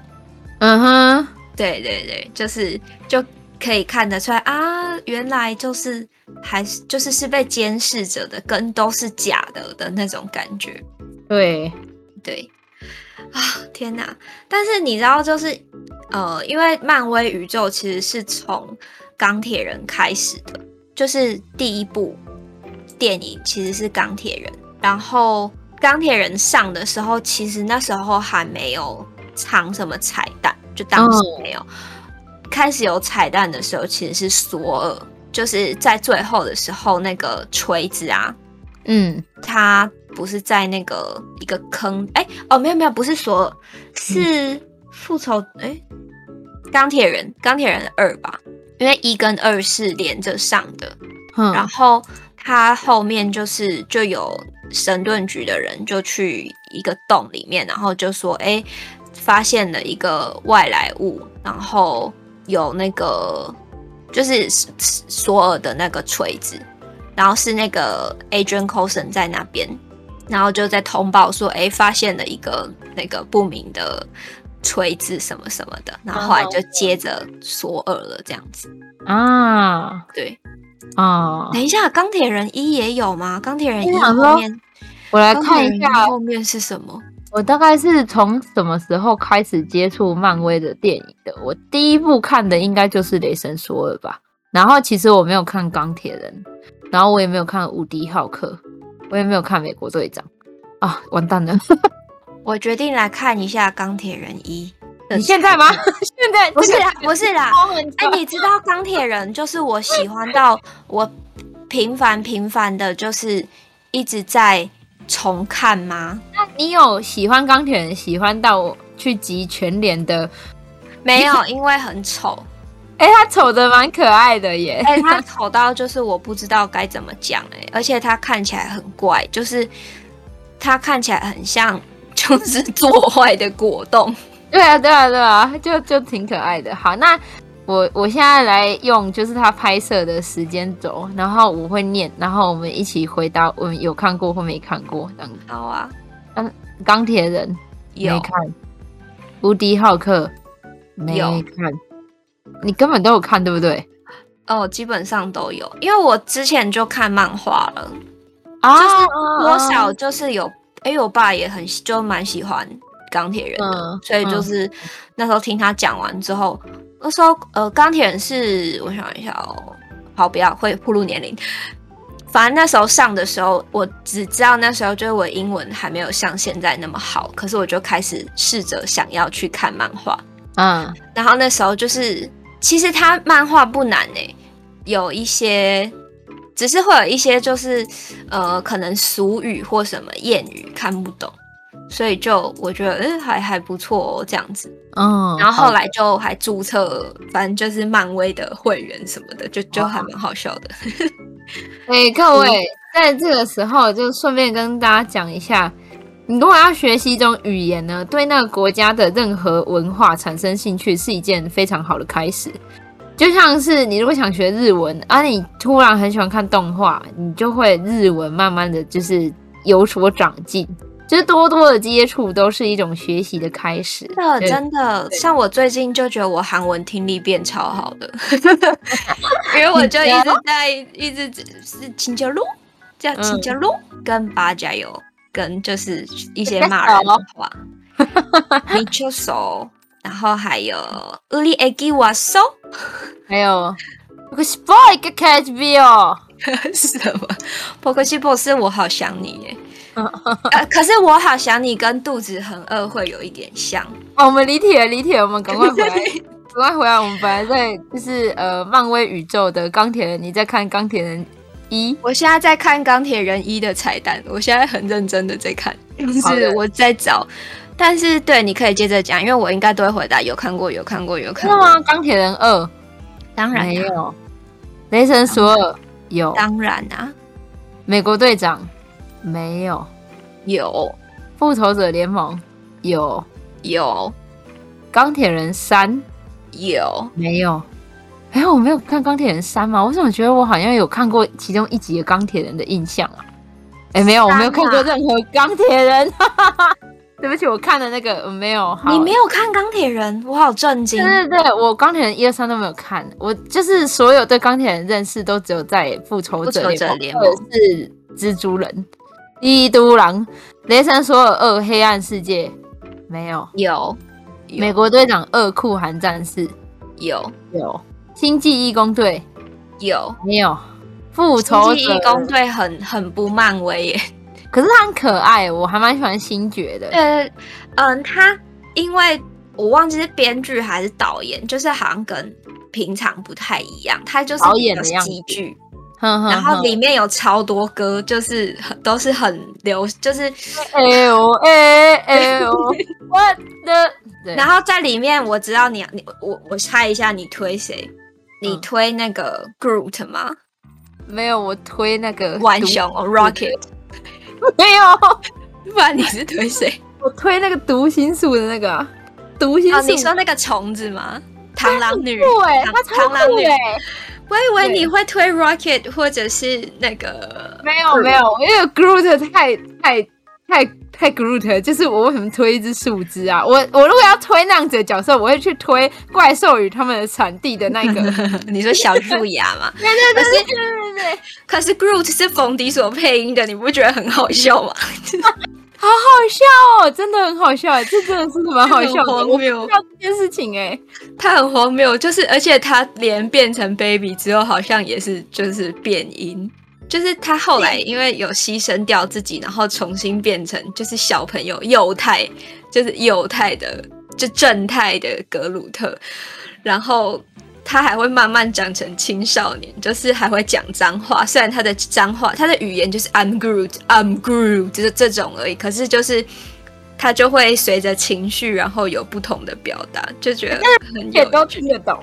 Speaker 1: 嗯哼。
Speaker 2: 对对对，就是就可以看得出来啊，原来就是还是就是是被监视着的，跟都是假的的那种感觉。
Speaker 1: 对，
Speaker 2: 对啊，天哪！但是你知道，就是呃，因为漫威宇宙其实是从钢铁人开始的，就是第一部电影其实是钢铁人，然后钢铁人上的时候，其实那时候还没有藏什么彩蛋，就当时没有。开始有彩蛋的时候，其实是索尔，就是在最后的时候，那个锤子啊，
Speaker 1: 嗯，
Speaker 2: 他不是在那个一个坑，哎、哦，没有没有，不是索尔，是复仇，哎、钢铁人，钢铁人二吧，因为一跟二是连着上的，
Speaker 1: 哼，
Speaker 2: 然后他后面就是就有神盾局的人就去一个洞里面，然后就说，哎、发现了一个外来物，然后有那个就是索尔的那个锤子，然后是那个 Adrian Coulson 在那边，然后就在通报说，哎、发现了一个那个不明的锤子什么什么的，然后后来就接着索尔了这样子，
Speaker 1: 啊
Speaker 2: 对。
Speaker 1: 啊，
Speaker 2: 等一下，钢铁人一也有吗？钢铁人一
Speaker 1: 我想
Speaker 2: 后面，
Speaker 1: 我来
Speaker 2: 钢铁
Speaker 1: 看
Speaker 2: 人
Speaker 1: 一
Speaker 2: 一
Speaker 1: 下，
Speaker 2: 后面是什么？
Speaker 1: 我大概是从什么时候开始接触漫威的电影的？我第一部看的应该就是《雷神索尔》吧。然后其实我没有看钢铁人，然后我也没有看《无敌浩克》，我也没有看《美国队长》啊，完 蛋了！
Speaker 2: 我决定来看一下钢铁人一。
Speaker 1: 你现在 吗？现在
Speaker 2: 不是啦，不是啦。哎、
Speaker 1: 哎，
Speaker 2: 你知道钢铁人就是我喜欢到我频繁频繁的，就是一直在重看吗？
Speaker 1: 那你有喜欢钢铁人，喜欢到去集全脸的？
Speaker 2: 没有，因为很丑。
Speaker 1: 哎，他丑的蛮可爱的耶。
Speaker 2: 哎、他丑到就是我不知道该怎么讲哎、而且他看起来很怪，就是他看起来很像 就是做坏的果冻。
Speaker 1: 对啊，对啊，对啊，就就挺可爱的。好，那我我现在来用就是他拍摄的时间轴，然后我会念，然后我们一起回答我们有看过或没看过。这样子，
Speaker 2: 好啊，
Speaker 1: 钢铁人没
Speaker 2: 有
Speaker 1: 看，无敌浩克没
Speaker 2: 有
Speaker 1: 看，你根本都有看对不对？
Speaker 2: 哦，基本上都有，因为我之前就看漫画了，
Speaker 1: 啊，
Speaker 2: 多少就是有，因为我爸也很喜就蛮喜欢钢铁人的，
Speaker 1: 嗯
Speaker 2: 所以就是那时候听他讲完之后，那时候呃，钢铁人是我想一下哦，好不要会暴露年龄。反正那时候上的时候，我只知道那时候就是我英文还没有像现在那么好，可是我就开始试着想要去看漫画，
Speaker 1: 嗯
Speaker 2: 然后那时候就是，其实他漫画不难诶、有一些，只是会有一些就是呃，可能俗语或什么谚语看不懂，所以就我觉得嗯还还不错、哦、这样子。
Speaker 1: 嗯，
Speaker 2: 然后后
Speaker 1: 好
Speaker 2: 来就还注册，反正就是漫威的会员什么的，就就还蛮好笑的。
Speaker 1: 哎、各位，
Speaker 2: 嗯
Speaker 1: 在这个时候就顺便跟大家讲一下，你如果要学习一种语言呢，对那个国家的任何文化产生兴趣是一件非常好的开始。就像是你如果想学日文，而、你突然很喜欢看动画，你就会日文慢慢的就是有所长进，就是多多的接触都是一种学习的开始。
Speaker 2: 真的
Speaker 1: 对
Speaker 2: 真的，
Speaker 1: 对
Speaker 2: 像我最近就觉得我韩文听力变超好 的，因为我就一直在一直是请加路，叫
Speaker 1: 嗯
Speaker 2: 请加路跟八加油，跟就是一些
Speaker 1: 加
Speaker 2: 骂人的
Speaker 1: 油
Speaker 2: 话，你就手，然后还有우리애기왔어
Speaker 1: 还有，我是 boy 一个 catch v i
Speaker 2: 是 什么？波克西博士，我好想你耶。
Speaker 1: 嗯
Speaker 2: 呃，可是我好想你跟肚子很饿会有一点像，
Speaker 1: 哦，我们离题了，离题了，我们赶快回 来，赶快回来。我们本来在就是呃，漫威宇宙的钢铁人，你在看钢铁人一，
Speaker 2: 我现在在看《钢铁人一》的彩蛋，我现在很认真的在 看，就
Speaker 1: 好
Speaker 2: 是
Speaker 1: 的
Speaker 2: 我在找。但是对，你可以接着讲，因为我应该都会回答有看过，有看过，有看
Speaker 1: 真的
Speaker 2: 过。
Speaker 1: 吗？钢铁人二
Speaker 2: 当然
Speaker 1: 没
Speaker 2: 啊、
Speaker 1: 有，雷神索尔有，
Speaker 2: 当然啊，
Speaker 1: 美国队长没有，
Speaker 2: 有
Speaker 1: 复仇者联盟有，
Speaker 2: 有
Speaker 1: 钢铁人三
Speaker 2: 有，
Speaker 1: 没有。哎，我没有看钢铁人三吗？我怎么觉得我好像有看过其中一集的钢铁人的印象啊？哎，没有，我没有看过任何钢铁人。 对不起，我看的那个呃没有。好
Speaker 2: 你没有看《钢铁人》，我好震惊
Speaker 1: 对。对对，我钢铁人一二三都没有看，我就是所有对钢铁人认识都只有在复仇者
Speaker 2: 复仇者
Speaker 1: 联
Speaker 2: 联
Speaker 1: 盟
Speaker 2: 盟
Speaker 1: 或者是蜘蛛人、帝都狼、雷神索尔二、黑暗世界没有，
Speaker 2: 有
Speaker 1: 美国队长二、酷寒战士
Speaker 2: 有
Speaker 1: 有，星际义工队
Speaker 2: 有，
Speaker 1: 没有，复仇
Speaker 2: 星际
Speaker 1: 者
Speaker 2: 义工队很很不漫威耶。
Speaker 1: 可是他很可爱，我还蛮喜欢星爵的。
Speaker 2: 呃，嗯，他因为我忘记是编剧还是导演，就是好像跟平常不太一样，他就是
Speaker 1: 导演的
Speaker 2: 比较
Speaker 1: 样
Speaker 2: 喜
Speaker 1: 子
Speaker 2: 剧，
Speaker 1: 哼哼
Speaker 2: 然后
Speaker 1: 哼
Speaker 2: 里面有超多歌，就是很都是很流，就是
Speaker 1: 哎呦哎哎 呦，我的对，
Speaker 2: 然后在里面我知道你你我我猜一下你推谁？你
Speaker 1: 嗯
Speaker 2: 推那个 Groot 吗？
Speaker 1: 没有我推那个
Speaker 2: 浣
Speaker 1: 毒
Speaker 2: 熊哦 Rocket，
Speaker 1: 没有，
Speaker 2: 不然你是 推谁？
Speaker 1: 我推那个读心术的那个啊读心
Speaker 2: 哦，
Speaker 1: 术。
Speaker 2: 你说那个虫子吗？螳螂女，
Speaker 1: 对，
Speaker 2: 螳
Speaker 1: 欸他超
Speaker 2: 螳螂
Speaker 1: 酷
Speaker 2: 女，
Speaker 1: 哎！
Speaker 2: 我以为
Speaker 1: 对
Speaker 2: 你会推 Rocket 或者是那个
Speaker 1: 没有
Speaker 2: Groot
Speaker 1: 没有，因为 Groot 太太太太 Groot，了就是我为什么推一只树枝啊？我我如果要推那样子的角色，我会去推怪兽与他们的产地的那 个。对
Speaker 2: 你说小蛀牙 嘛？
Speaker 1: 对
Speaker 2: 可
Speaker 1: 对
Speaker 2: 是
Speaker 1: 对对对，好
Speaker 2: 可是 Groot 是冯迪所配音的，你不觉得很好笑吗？
Speaker 1: 好笑哦，真的很好笑，这真的是 蛮好笑
Speaker 2: 很
Speaker 1: 的。
Speaker 2: 荒
Speaker 1: 我不知
Speaker 2: 谬
Speaker 1: 道这件事情哎，
Speaker 2: 他很荒谬，就是而且他连变成 baby 之后，好像也是就是变音，就是他后来因为有牺牲掉自己，然后重新变成就是小朋友幼态，就是幼态的就正太的格鲁特，然后。他还会慢慢长成青少年，就是还会讲脏话。虽然他的脏话，他的语言就是 I'm Groot, I'm Groot，就是这种而已。可是就是他就会随着情绪，然后有不同的表达，就觉得很
Speaker 1: 也
Speaker 2: 有
Speaker 1: 都听得懂。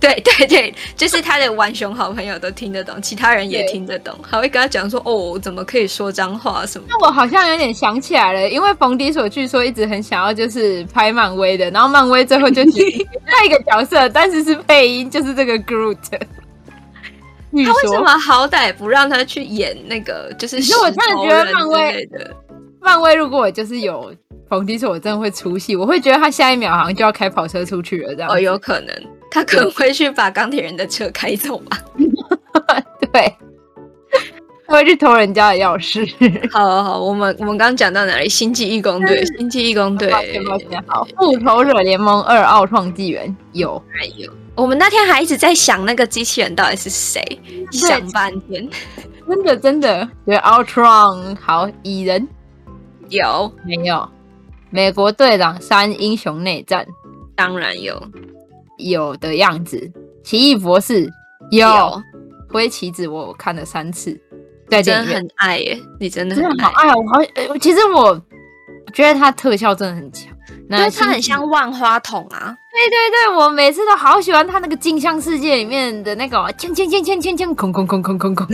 Speaker 2: 对对对，就是他的玩熊好朋友都听得懂，其他人也
Speaker 1: 对
Speaker 2: 听得懂，还会跟他讲说：“哦，怎么可以说脏话什么
Speaker 1: 那我好像有点想起来了，因为冯迪所据说一直很想要就是拍漫威的，然后漫威最后就决定那一个角色，但是是配音，就是这个 Groot。据？”
Speaker 2: 他为什
Speaker 1: 说
Speaker 2: 么好歹不让他去演那个就是
Speaker 1: 可
Speaker 2: 石
Speaker 1: 是我真的
Speaker 2: 头
Speaker 1: 觉得
Speaker 2: 人之
Speaker 1: 漫威
Speaker 2: 类的？
Speaker 1: 漫威如果我就是有冯迪所，我真的会出戏，我会觉得他下一秒好像就要开跑车出去了这样。
Speaker 2: 哦，有可能他可能会去把钢铁人的车开走吧。
Speaker 1: 对， 他会去偷人家的钥匙。
Speaker 2: 好好好，我们我们刚刚讲到哪里？星际义工队，星际义工队，
Speaker 1: 抱歉抱歉，好，复仇者联盟二奥创纪元有，
Speaker 2: 还有。我们那天还一直在想那个机器人到底是谁，想半天。
Speaker 1: 真的真的，对，Ultron 好蚁人。
Speaker 2: 有，
Speaker 1: 没有，美国队长三英雄内战
Speaker 2: 当然有，
Speaker 1: 有的样子，奇异博士有，灰棋子我看了三次，在电
Speaker 2: 真
Speaker 1: 影
Speaker 2: 的
Speaker 1: 院
Speaker 2: 很爱耶，你真的
Speaker 1: 真
Speaker 2: 很
Speaker 1: 的哎好。
Speaker 2: 爱
Speaker 1: 爱哦，我好，呃其实我觉得他特效真的很强，
Speaker 2: 因
Speaker 1: 那
Speaker 2: 为它很像万花筒啊。
Speaker 1: 对对对，我每次都好喜欢他那个镜像世界里面的那个锵锵锵锵锵锵，空空空空空空。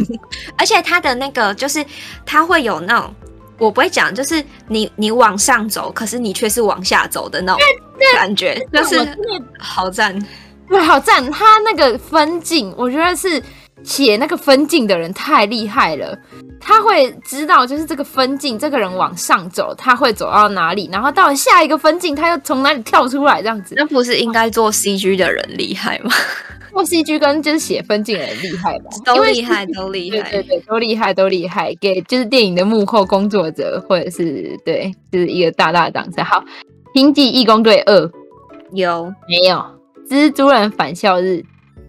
Speaker 2: 而且它的那个就是它会有那种，我不会讲，就是你你往上走，可是你却是往下走的那种感觉，就
Speaker 1: 我
Speaker 2: 是
Speaker 1: 真的
Speaker 2: 好赞。
Speaker 1: 对，好赞！他那个分镜，我觉得是写那个分镜的人太厉害了。他会知道，就是这个分镜，这个人往上走，他会走到哪里，然后到了下一个分镜，他又从哪里跳出来，这样 子。
Speaker 2: 那不是应该做 CG 的人厉害吗？
Speaker 1: 做 CG 跟就是写分镜的人厉害吧？
Speaker 2: 都
Speaker 1: 因为
Speaker 2: 厉害，都厉
Speaker 1: 对
Speaker 2: 害。
Speaker 1: 对对，都厉害，都厉害，给就是电影的幕后工作者，或者是对，就是一个大大的掌声。好，《星际义工队二》
Speaker 2: 有
Speaker 1: 没有，《蜘蛛人返校日》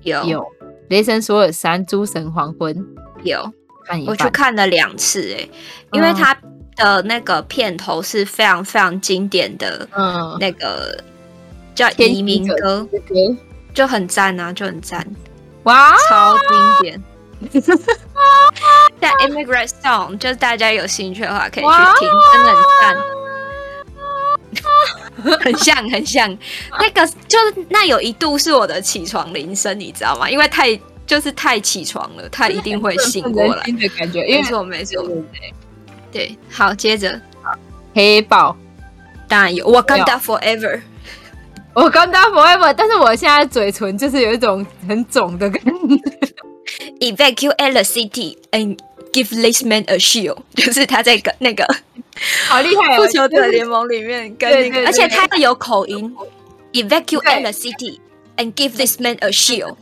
Speaker 2: 有
Speaker 1: 有，《雷神索尔三：诸神黄昏》
Speaker 2: 有，
Speaker 1: 看一
Speaker 2: 我去
Speaker 1: 半。
Speaker 2: 看了两次诶、因为它的那个片头是非常非常经典的
Speaker 1: 嗯，
Speaker 2: 那个叫《
Speaker 1: 天
Speaker 2: 移民
Speaker 1: 行者
Speaker 2: 歌》，
Speaker 1: 对
Speaker 2: 就很赞啊，就很赞。
Speaker 1: 哇，
Speaker 2: 超经典。
Speaker 1: 啊
Speaker 2: 在 Immigrant Song，就是大家有兴趣的话可以去听，真的 很赞，很像很像。那个就是那有一度是我的起床铃声，你知道吗？因为太就是太起床了，他一定会醒过 来。
Speaker 1: 的感觉，因
Speaker 2: 没
Speaker 1: 为
Speaker 2: 错没错，对。好，接着
Speaker 1: 黑豹，
Speaker 2: 当然有 Wakanda Forever，
Speaker 1: 我刚当 forever，但是我现在嘴唇就是有一种很肿的感 觉。
Speaker 2: Evacuate the city and give this man a shield，就是他在跟那个。
Speaker 1: 好厉害、哦！
Speaker 2: 复仇者联盟里面跟
Speaker 1: 对
Speaker 2: 那个，
Speaker 1: 对
Speaker 2: 而且
Speaker 1: 对
Speaker 2: 他有口音，evacuate
Speaker 1: 对
Speaker 2: the city and give this man a shield。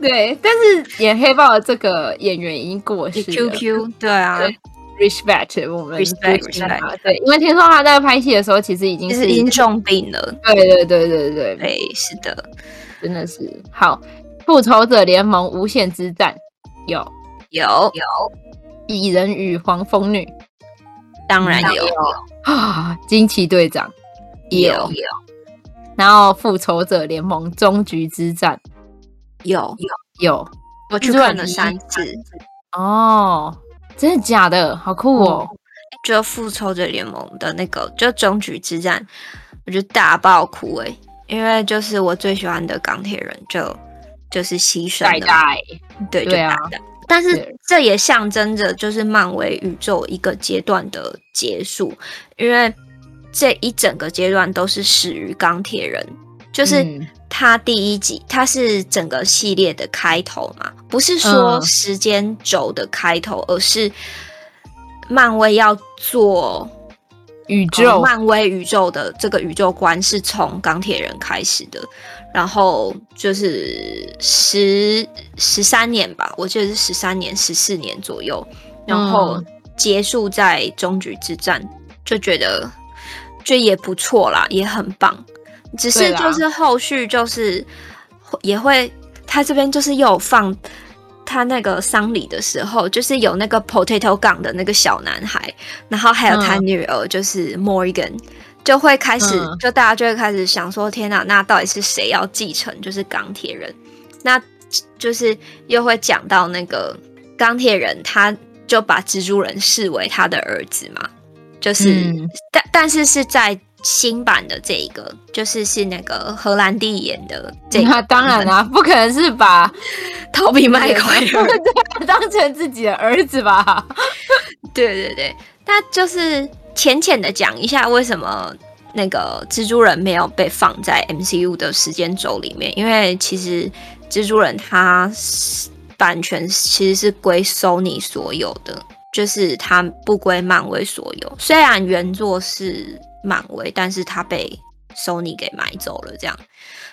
Speaker 1: 对，但是演黑豹的这个演员已经过世了
Speaker 2: QQ 对啊，
Speaker 1: 对 respect 我们
Speaker 2: Respect，
Speaker 1: 尊敬他对，因为听说他在拍戏的时候其实已经
Speaker 2: 就是是已经重病了。
Speaker 1: 对对对对对，
Speaker 2: 对，是的，
Speaker 1: 真的是好。复仇者联盟无限之战有
Speaker 2: 有有，
Speaker 1: 蚁人与黄蜂女
Speaker 2: 当然有
Speaker 1: 啊，惊奇队长
Speaker 2: 有
Speaker 1: 然后复仇者联盟终局之战
Speaker 2: 有，
Speaker 1: 有
Speaker 2: 我去看了三次。
Speaker 1: 哦，真的假的？好酷哦！
Speaker 2: 就复仇者联盟的那个，就终局之战，我就大爆哭哎、因为就是我最喜欢的钢铁人就就是牺牲
Speaker 1: 代
Speaker 2: 了嘛。
Speaker 1: 代
Speaker 2: 对，就
Speaker 1: 对啊
Speaker 2: 打的。但是
Speaker 1: 对
Speaker 2: 这也象征着就是漫威宇宙一个阶段的结束，因为这一整个阶段都是始于钢铁人，就是
Speaker 1: 嗯
Speaker 2: 他第一集，它是整个系列的开头嘛，不是说
Speaker 1: 嗯
Speaker 2: 时间轴的开头，而是漫威要做
Speaker 1: 宇
Speaker 2: 呃
Speaker 1: 宙
Speaker 2: 漫威宇宙的这个宇宙观是从钢铁人开始的，然后就是十十三年吧，我记得是十三年、十四年左右，然后结束在终局之战，就觉得就也不错啦，也很棒。只
Speaker 1: 对
Speaker 2: 是
Speaker 1: 啦
Speaker 2: 就是后续就是也会，他这边就是又有放他那个丧礼的时候，就是有那个 potato gun 的那个小男孩，然后还有他女儿就是 Morgan，、就会开始
Speaker 1: 嗯
Speaker 2: 就大家就会开始想说，天哪，那到底是谁要继承就是钢铁人？那就是又会讲到那个钢铁人，他就把蜘蛛人视为他的儿子嘛，就是、
Speaker 1: 嗯
Speaker 2: 但但是是在新版的这一个，就是是那个荷兰弟演的这 个
Speaker 1: 那当然啦、不可能是 把
Speaker 2: 逃避麦奎尔，
Speaker 1: 当成自己的儿子吧？
Speaker 2: 对对对，那就是浅浅的讲一下为什么那个蜘蛛人没有被放在 MCU 的时间轴里面，因为其实蜘蛛人它是版权其实是归 Sony 所有的，就是它不归漫威所有。虽然原作是漫威，但是它被 Sony 给买走了，这样。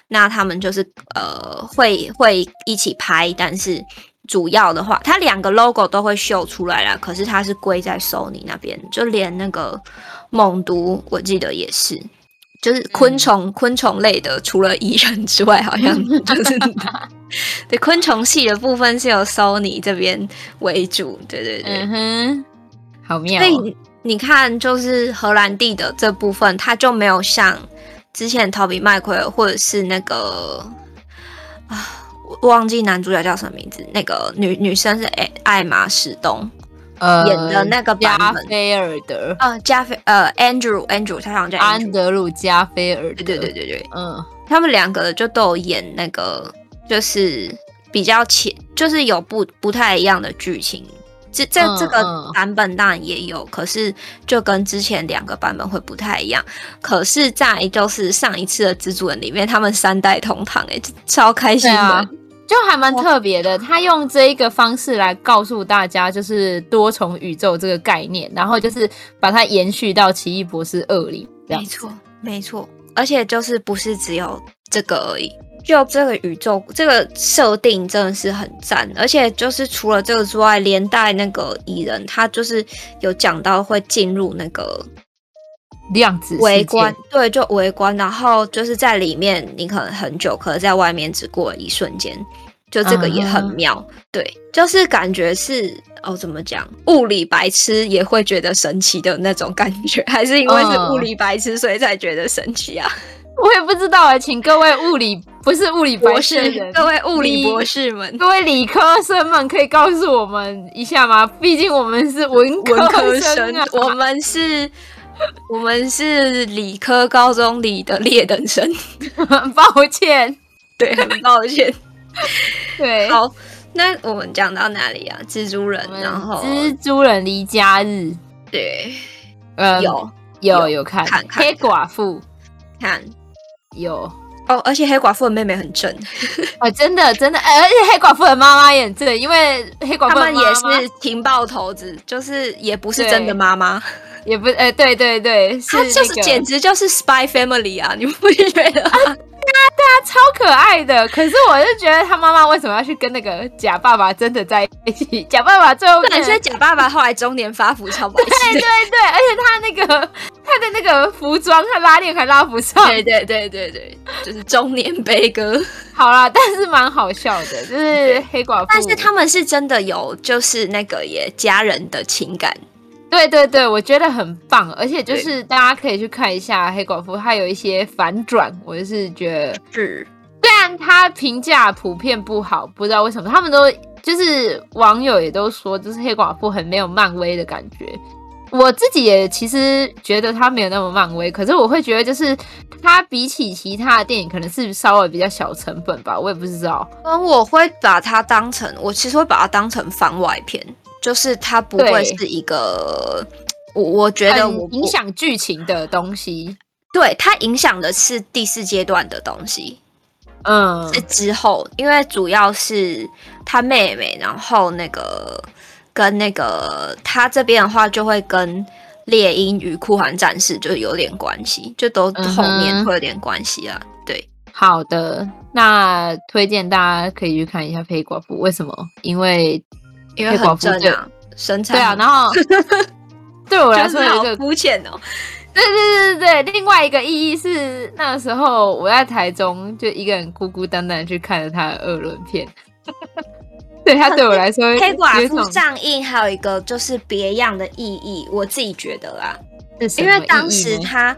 Speaker 2: 那他们就是呃会会一起拍，但是主要的话，它两个 logo 都会秀出来啦。可是它是归在 Sony 那边，就连那个猛毒，我记得也是，就是昆虫、昆虫类的，除了蚁人之外，好像就是 对昆虫系的部分是由 Sony 这边为主。对对对，
Speaker 1: 嗯哼，好妙
Speaker 2: 所以
Speaker 1: 哦、
Speaker 2: 你你看，就是荷兰弟的这部分，它就没有像之前逃避麦奎尔或者是那个啊，我忘记男主角叫什么名字，那个女女生是艾艾玛史东，
Speaker 1: 呃
Speaker 2: 演的那个版
Speaker 1: 加
Speaker 2: 本
Speaker 1: 菲尔德，
Speaker 2: 呃，加菲呃，Andrew Andrew，他好像叫 Andrew，
Speaker 1: 安德鲁加菲尔德，
Speaker 2: 对对对，对对，
Speaker 1: 嗯
Speaker 2: 他们两个就都有演那个，就是比较浅，就是有不不太一样的剧情。这这
Speaker 1: 嗯
Speaker 2: 这个
Speaker 1: 嗯
Speaker 2: 版本当然也有，可是就跟之前两个版本会不太一样。可是，在就是上一次的蜘蛛人里面，他们三代同堂、欸，哎，超开心
Speaker 1: 对
Speaker 2: 的。
Speaker 1: 啊就还蛮
Speaker 2: 哇
Speaker 1: 特别的。他用这一个方式来告诉大家，就是多重宇宙这个概念，然后就是把它延续到《奇异博士二》里，这样
Speaker 2: 没错，没错，而且就是不是只有这个而已，就这个宇宙这个设定真的是很赞，而且就是除了这个之外，连带那个蚁人他就是有讲到会进入那个
Speaker 1: 量子事
Speaker 2: 围
Speaker 1: 件
Speaker 2: 观，对，就围观，然后就是在里面你可能很久，可是在外面只过了一瞬间。就这个也很
Speaker 1: 嗯
Speaker 2: 妙对，就是感觉是哦，怎么讲，物理白痴也会觉得神奇的那种感觉， 还是因为是物
Speaker 1: 嗯
Speaker 2: 理白痴，所以才觉得神奇啊？
Speaker 1: 我也不知道哎、请各位物理不是物理白
Speaker 2: 博
Speaker 1: 痴的
Speaker 2: 士
Speaker 1: 人，，
Speaker 2: 各位物理
Speaker 1: 你
Speaker 2: 博士 们，
Speaker 1: 各位理科生们可以告诉我们一下吗？毕竟我们是文
Speaker 2: 文科
Speaker 1: 生
Speaker 2: 生
Speaker 1: 啊，，
Speaker 2: 我们是，我们是理科高中里的劣等生，
Speaker 1: 抱歉，
Speaker 2: 对，很抱歉。
Speaker 1: 对。
Speaker 2: 好，那我们讲到哪里啊？蜘蛛人
Speaker 1: 我，们
Speaker 2: 然后
Speaker 1: 蜘蛛人离家日，
Speaker 2: 对，
Speaker 1: 呃，
Speaker 2: 有有
Speaker 1: 有有看
Speaker 2: 看看
Speaker 1: 黑寡妇
Speaker 2: 看
Speaker 1: 有
Speaker 2: 哦，而且黑寡妇的妹妹很正，
Speaker 1: 啊，真的真的，哎而且黑寡妇的妈妈也很正，因为黑寡
Speaker 2: 他
Speaker 1: 妇的
Speaker 2: 们也
Speaker 1: 妈妈
Speaker 2: 是情报头子，就是也不是
Speaker 1: 对
Speaker 2: 真的妈妈，
Speaker 1: 也不哎、对对对，是
Speaker 2: 她就是
Speaker 1: 那个
Speaker 2: 简直就是 spy family 啊，你们不觉得？
Speaker 1: 超可爱的，可是我就觉得他妈妈为什么要去跟那个假爸爸真的在一起？假爸爸最后
Speaker 2: 不然
Speaker 1: 面，
Speaker 2: 现在假爸爸后来中年发福超白痴
Speaker 1: 对对
Speaker 2: 的。
Speaker 1: 对，而且他那个他的那个服装，他拉链还拉不上。
Speaker 2: 对对对对对，就是中年悲歌。
Speaker 1: 好啦，但是蛮好笑的，就是黑寡妇。
Speaker 2: 但是他们是真的有，就是那个也家人的情感。
Speaker 1: 对对对，我觉得很棒，而且就是大家可以去看一下黑寡妇，她有一些反转，我就是觉得
Speaker 2: 是，
Speaker 1: 虽然她评价普遍不好，不知道为什么，他们都就是网友也都说，就是黑寡妇很没有漫威的感觉。我自己也其实觉得她没有那么漫威，可是我会觉得就是她比起其他的电影，可能是稍微比较小成本吧，我也不知道。
Speaker 2: 嗯，我会把它当成，我其实会把它当成番外篇，就是它不会
Speaker 1: 对
Speaker 2: 是一个，我我觉得
Speaker 1: 很
Speaker 2: 我
Speaker 1: 影
Speaker 2: 不，
Speaker 1: 响剧情的东西，
Speaker 2: 对它影响的是第四阶段的东西，
Speaker 1: 嗯，
Speaker 2: 是之后，因为主要是他妹妹，然后那个跟那个他这边的话，就会跟猎鹰与酷寒战士就有点关系，就都
Speaker 1: 嗯哼
Speaker 2: 后面会有点关系啊啦。对，
Speaker 1: 好的，那推荐大家可以去看一下《黑寡妇》，为什么？因为
Speaker 2: 因为
Speaker 1: 黑寡
Speaker 2: 很
Speaker 1: 妇
Speaker 2: 正啊，身材
Speaker 1: 对啊，
Speaker 2: 很
Speaker 1: 然后 对我来
Speaker 2: 就
Speaker 1: 说
Speaker 2: 是
Speaker 1: 有
Speaker 2: 好
Speaker 1: 一个，
Speaker 2: 肤浅哦。
Speaker 1: 对对对对对，另外一个意义是那时候我在台中就一个人孤孤单单地去看了他的二轮片， 对他对我来说
Speaker 2: 黑
Speaker 1: 有
Speaker 2: 寡
Speaker 1: 一
Speaker 2: 妇
Speaker 1: 种
Speaker 2: 上映还有一个就是别样的意义，我自己觉得啦，
Speaker 1: 是什
Speaker 2: 因
Speaker 1: 么
Speaker 2: 为当
Speaker 1: 意义
Speaker 2: 时
Speaker 1: 呢
Speaker 2: 他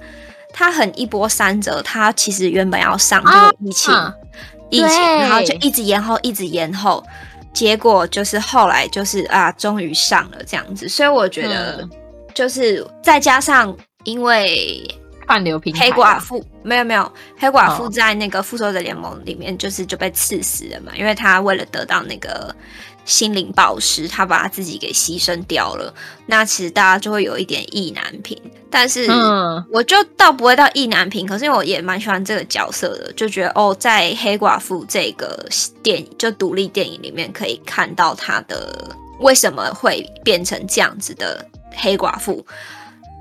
Speaker 2: 他很一波三折，他其实原本要上
Speaker 1: 啊
Speaker 2: 这个疫情，
Speaker 1: 啊
Speaker 2: 疫情，
Speaker 1: 对
Speaker 2: 然后就一直延后，一直延后，结果就是后来就是啊，终于上了这样子，所以我觉得
Speaker 1: 嗯
Speaker 2: 就是再加上因为
Speaker 1: 串流平台
Speaker 2: 黑
Speaker 1: 啊
Speaker 2: 寡妇没有没有，黑寡妇
Speaker 1: 哦
Speaker 2: 在那个复仇者联盟里面就是就被刺死了嘛，因为她为了得到那个心灵宝石，她把她自己给牺牲掉了。那其实大家就会有一点意难平，但是
Speaker 1: 嗯
Speaker 2: 我就倒不会到意难平，可是因为我也蛮喜欢这个角色的，就觉得哦，在黑寡妇这个电影就独立电影里面可以看到她的为什么会变成这样子的黑寡妇，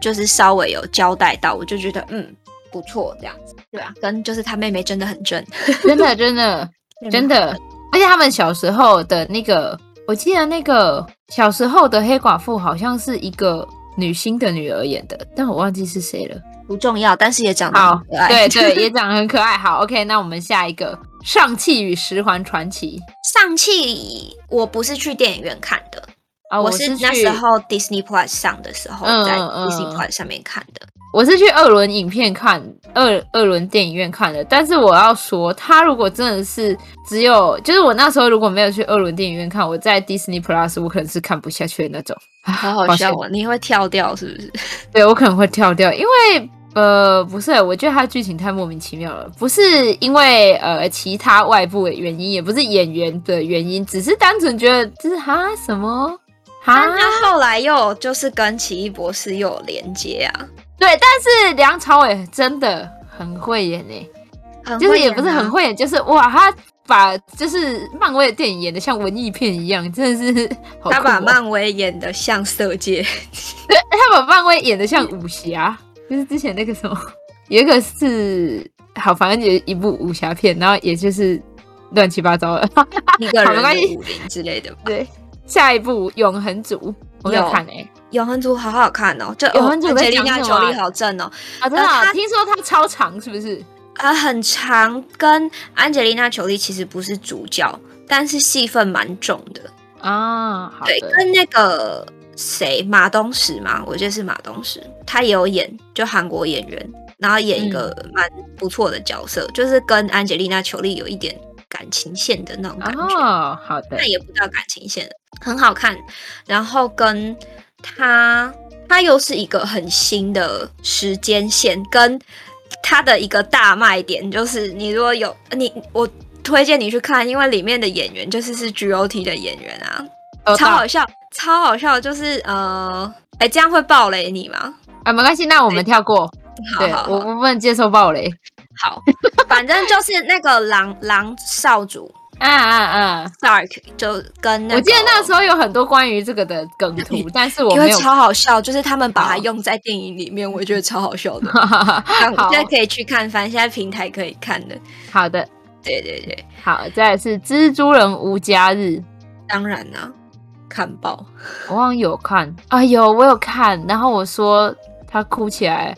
Speaker 2: 就是稍微有交代到，我就觉得嗯不错这样子，对啊，跟就是她妹妹真的很正，
Speaker 1: 真的真 的。真的，而且他们小时候的那个，我记得那个小时候的黑寡妇好像是一个女星的女儿演的，但我忘记是谁了。
Speaker 2: 不重要，但是也长得
Speaker 1: 好
Speaker 2: 很可，爱。
Speaker 1: 对对，也长得很可爱。好，OK，那我们下一个《上汽与十环传奇》
Speaker 2: 上汽我不是去电影院看的，
Speaker 1: 啊，
Speaker 2: 哦我
Speaker 1: 是
Speaker 2: 那
Speaker 1: 去
Speaker 2: 时候 Disney Plus 上的时候，
Speaker 1: 嗯
Speaker 2: 在
Speaker 1: 嗯嗯
Speaker 2: Disney Plus 上面看的。
Speaker 1: 我是去二轮影片看，二二轮电影院看的。但是我要说，他如果真的是只有，就是我那时候如果没有去二轮电影院看，我在 Disney Plus 我可能是看不下去的那种。
Speaker 2: 好好笑哦！你会跳掉是不是？
Speaker 1: 对我可能会跳掉，因为呃不是，我觉得它剧情太莫名其妙了，不是因为呃其他外部的原因，也不是演员的原因，只是单纯觉得就是哈什么哈
Speaker 2: 但。他后来又就是跟奇异博士又有连接啊，
Speaker 1: 对，但是梁朝伟真的很会演欸诶、
Speaker 2: 很
Speaker 1: 就是
Speaker 2: 会
Speaker 1: 也
Speaker 2: 演
Speaker 1: 不是
Speaker 2: 啊
Speaker 1: 很会演，就是哇，他把就是漫威的电影演的像文艺片一样，真的是 好
Speaker 2: 他
Speaker 1: 酷
Speaker 2: 把
Speaker 1: 哦
Speaker 2: 漫威演的像色戒，
Speaker 1: 对他把漫威演的像武侠，就是之前那个什么有一个是好，反正就是一部武侠片，然后也就是乱七八糟的。
Speaker 2: 一个
Speaker 1: 好没
Speaker 2: 人
Speaker 1: 关系
Speaker 2: 的武林之类的。
Speaker 1: 对，下一部《永恒族》我没有
Speaker 2: 有
Speaker 1: 看欸诶、
Speaker 2: 永恒族好好看哦，就
Speaker 1: 永恒族
Speaker 2: 哦
Speaker 1: 在
Speaker 2: 杰丽
Speaker 1: 讲
Speaker 2: 娜
Speaker 1: 什么啊
Speaker 2: 裘丽好正哦，
Speaker 1: 啊，真的啊、
Speaker 2: 呃他
Speaker 1: 听说它超长，是不是？
Speaker 2: 啊，很长，跟安吉丽娜裘丽其实不是主角，但是戏份蛮重的。
Speaker 1: 啊，好
Speaker 2: 对，
Speaker 1: 的，
Speaker 2: 跟那个谁马东石嘛，我记得是马东石，他也有演，就韩国演员，然后演一个蛮不错的角色，就是跟安吉丽娜裘丽有一点感情线的那种感觉。
Speaker 1: 哦，好的
Speaker 2: 那，也不叫感情线了，很好看。然后跟他，他又是一个很新的时间线，跟他的一个大卖点就是，你如果有你，我推荐你去看，因为里面的演员就是是 GOT 的演员啊，
Speaker 1: 呃
Speaker 2: 超好笑，超好笑，就是呃。哎，这样会暴雷你吗？
Speaker 1: 啊，没关系，那我们跳过。
Speaker 2: 好
Speaker 1: 对
Speaker 2: 好
Speaker 1: 我
Speaker 2: 好
Speaker 1: 我不能接受暴雷。
Speaker 2: 好，反正就是那个狼狼少主
Speaker 1: 啊啊啊！
Speaker 2: Stark 就跟那个，
Speaker 1: 我记得那时候有很多关于这个的梗 图，但是我
Speaker 2: 因为
Speaker 1: 没有。
Speaker 2: 超好笑，就是他们把它
Speaker 1: 好
Speaker 2: 用在电影里面，我觉得超好笑 的。但我
Speaker 1: 好
Speaker 2: 觉得可以去看，反正现在平台可以看的。
Speaker 1: 好的，
Speaker 2: 对对对，
Speaker 1: 好，再来是《蜘蛛人无家日》，
Speaker 2: 当然啦、看爆。
Speaker 1: 我好像有看，哎呦，我有看，然后我说他哭起来，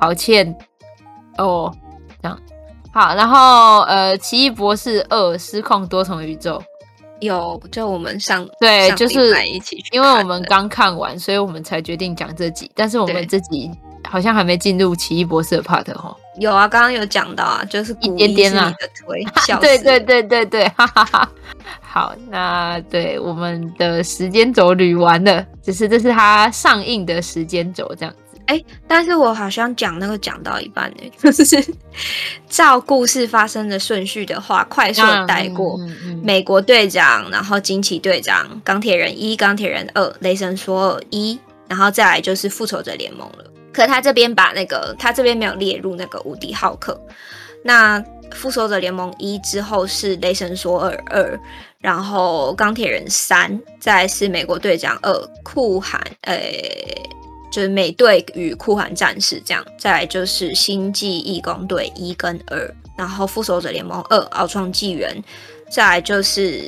Speaker 1: 好欠哦，这样。好，然后呃，《奇异博士二：失控多重宇宙
Speaker 2: 有，就我们上》
Speaker 1: 对，
Speaker 2: 上
Speaker 1: 就
Speaker 2: 礼
Speaker 1: 是
Speaker 2: 拜一起去看的，
Speaker 1: 因为我们刚看完，所以我们才决定讲这集，但是我
Speaker 2: 对
Speaker 1: 们这集好像还没进入奇异博士的 part 哦。
Speaker 2: 有啊，刚刚有讲到啊，就是
Speaker 1: 一
Speaker 2: 古
Speaker 1: 点
Speaker 2: 一
Speaker 1: 点
Speaker 2: 是
Speaker 1: 啊
Speaker 2: 你的推， 笑
Speaker 1: 对
Speaker 2: 死
Speaker 1: 对
Speaker 2: 了，
Speaker 1: 对对对，哈哈哈。好，那对我们的时间轴捋完了，只是这是它上映的时间轴这样子。
Speaker 2: 但是我好像讲那个讲到一半呢、就是 照故事发生的顺序的话，快速地带过。
Speaker 1: 嗯嗯嗯
Speaker 2: 美国队长，然后惊奇队长、钢铁人一、钢铁人二、雷神索尔一，然后再来就是复仇者联盟了。可他这边把那个他这边没有列入那个无敌浩克。那复仇者联盟一之后是雷神索尔二，然后钢铁人三，再来是美国队长二、酷寒，呃、就是美队与酷寒战士这样，再来就是星际义工队一跟二，然后复仇者联盟二、奥创纪元，再来就是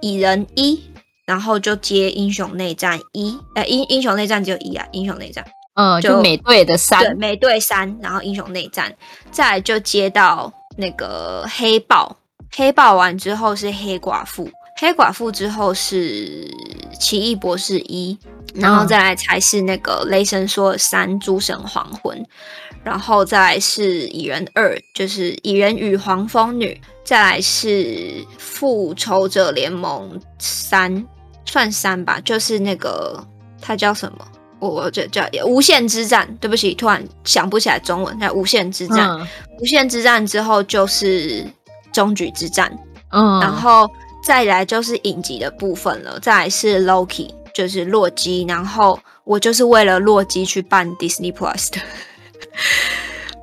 Speaker 2: 蚁人一，然后就接英雄内战一，呃，英英雄内战只有一啊，英雄内战
Speaker 1: 嗯，就
Speaker 2: 就
Speaker 1: 美队的
Speaker 2: 对，
Speaker 1: 三，
Speaker 2: 美队三，然后英雄内战，再来就接到那个黑豹，黑豹完之后是黑寡妇，黑寡妇之后是奇异博士一，然后
Speaker 1: 嗯
Speaker 2: 再来才是那个雷神说三诸神黄昏，然后再来是蚁人二，就是蚁人与黄蜂女，再来是复仇者联盟三，算三吧，就是那个它叫什么？我我这叫无限之战，对不起，突然想不起来中文。那无限之战，
Speaker 1: 嗯
Speaker 2: 无限之战之后就是终局之战，
Speaker 1: 嗯，
Speaker 2: 然后再来就是影集的部分了，再来是 Loki，就是洛基。然后我就是为了洛基去办 Disney Plus 的，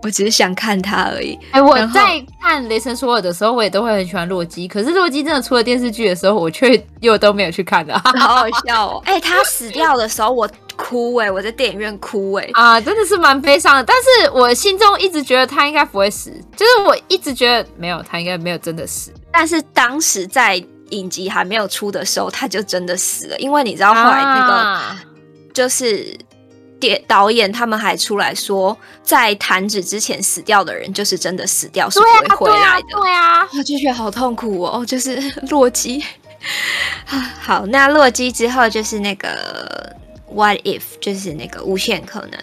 Speaker 2: 我只是想看他而已。
Speaker 1: 哎、我
Speaker 2: 然后
Speaker 1: 在看《雷神索尔》的时候，我也都会很喜欢洛基，可是洛基真的出了电视剧的时候，我却又都没有去看了
Speaker 2: 好好笑哦！ 哎、他死掉的时候我哭哎、我在电影院哭哎、
Speaker 1: 啊，真的是蛮悲伤的。但是我心中一直觉得他应该不会死，就是我一直觉得没有，他应该没有真的死。
Speaker 2: 但是当时在影集还没有出的时候，他就真的死了，因为你知道后来那个、
Speaker 1: 啊
Speaker 2: 就是电导演他们还出来说，在弹指之前死掉的人就是真的死掉，是
Speaker 1: 对啊
Speaker 2: 不会回来的。
Speaker 1: 对啊，对啊，
Speaker 2: 我就觉得好痛苦哦，就是 洛基。啊好，那洛基之后就是那个 What If，就是那个无限可能，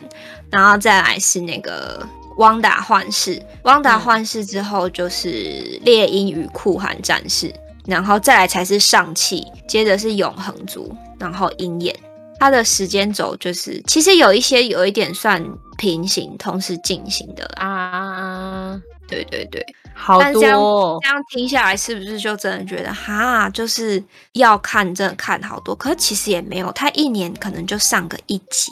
Speaker 2: 然后再来是那个汪达幻视，汪达
Speaker 1: 嗯
Speaker 2: 幻视之后就是猎鹰与酷寒战士，然后再来才是上气，接着是永恒族，然后鹰眼。它的时间轴就是，其实有一些有一点算平行同时进行的啦。
Speaker 1: 啊，
Speaker 2: 对对对，
Speaker 1: 好
Speaker 2: 但是
Speaker 1: 多
Speaker 2: 这样
Speaker 1: 哦、
Speaker 2: 这样听下来，是不是就真的觉得哈，就是要看真的看好多？可是其实也没有，他一年可能就上个一集，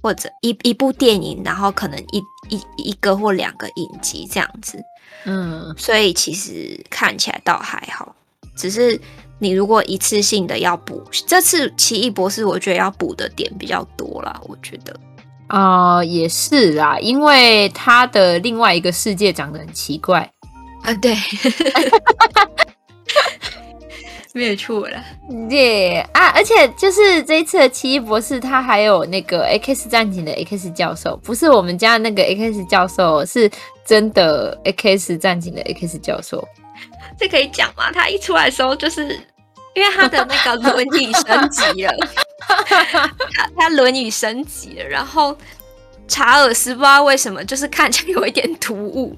Speaker 2: 或者一一部电影，然后可能一一一个或两个影集这样子，
Speaker 1: 嗯，
Speaker 2: 所以其实看起来倒还好。只是你如果一次性的要补，这次《奇异博士》我觉得要补的点比较多啦，我觉得。
Speaker 1: 哦、也是啦，因为他的另外一个世界长得很奇怪，
Speaker 2: 啊，对， 没有错了。
Speaker 1: 耶、啊！而且就是这一次的奇异博士，他还有那个 X 战警的 X 教授，不是我们家那个 X 教授，是真的 X 战警的 X 教授。
Speaker 2: 这可以讲吗？他一出来的时候，就是因为他的那个轮椅升级了， 他他轮椅升级了，然后查尔斯不知道为什么就是看起来有一点突兀，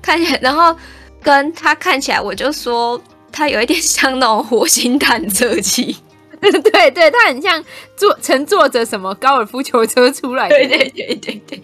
Speaker 2: 看起来，然后跟他看起来，我就说他有一点像那种火星探测器，
Speaker 1: 对对，他很像坐乘坐着什么高尔夫球车出来的。
Speaker 2: 对对对对对。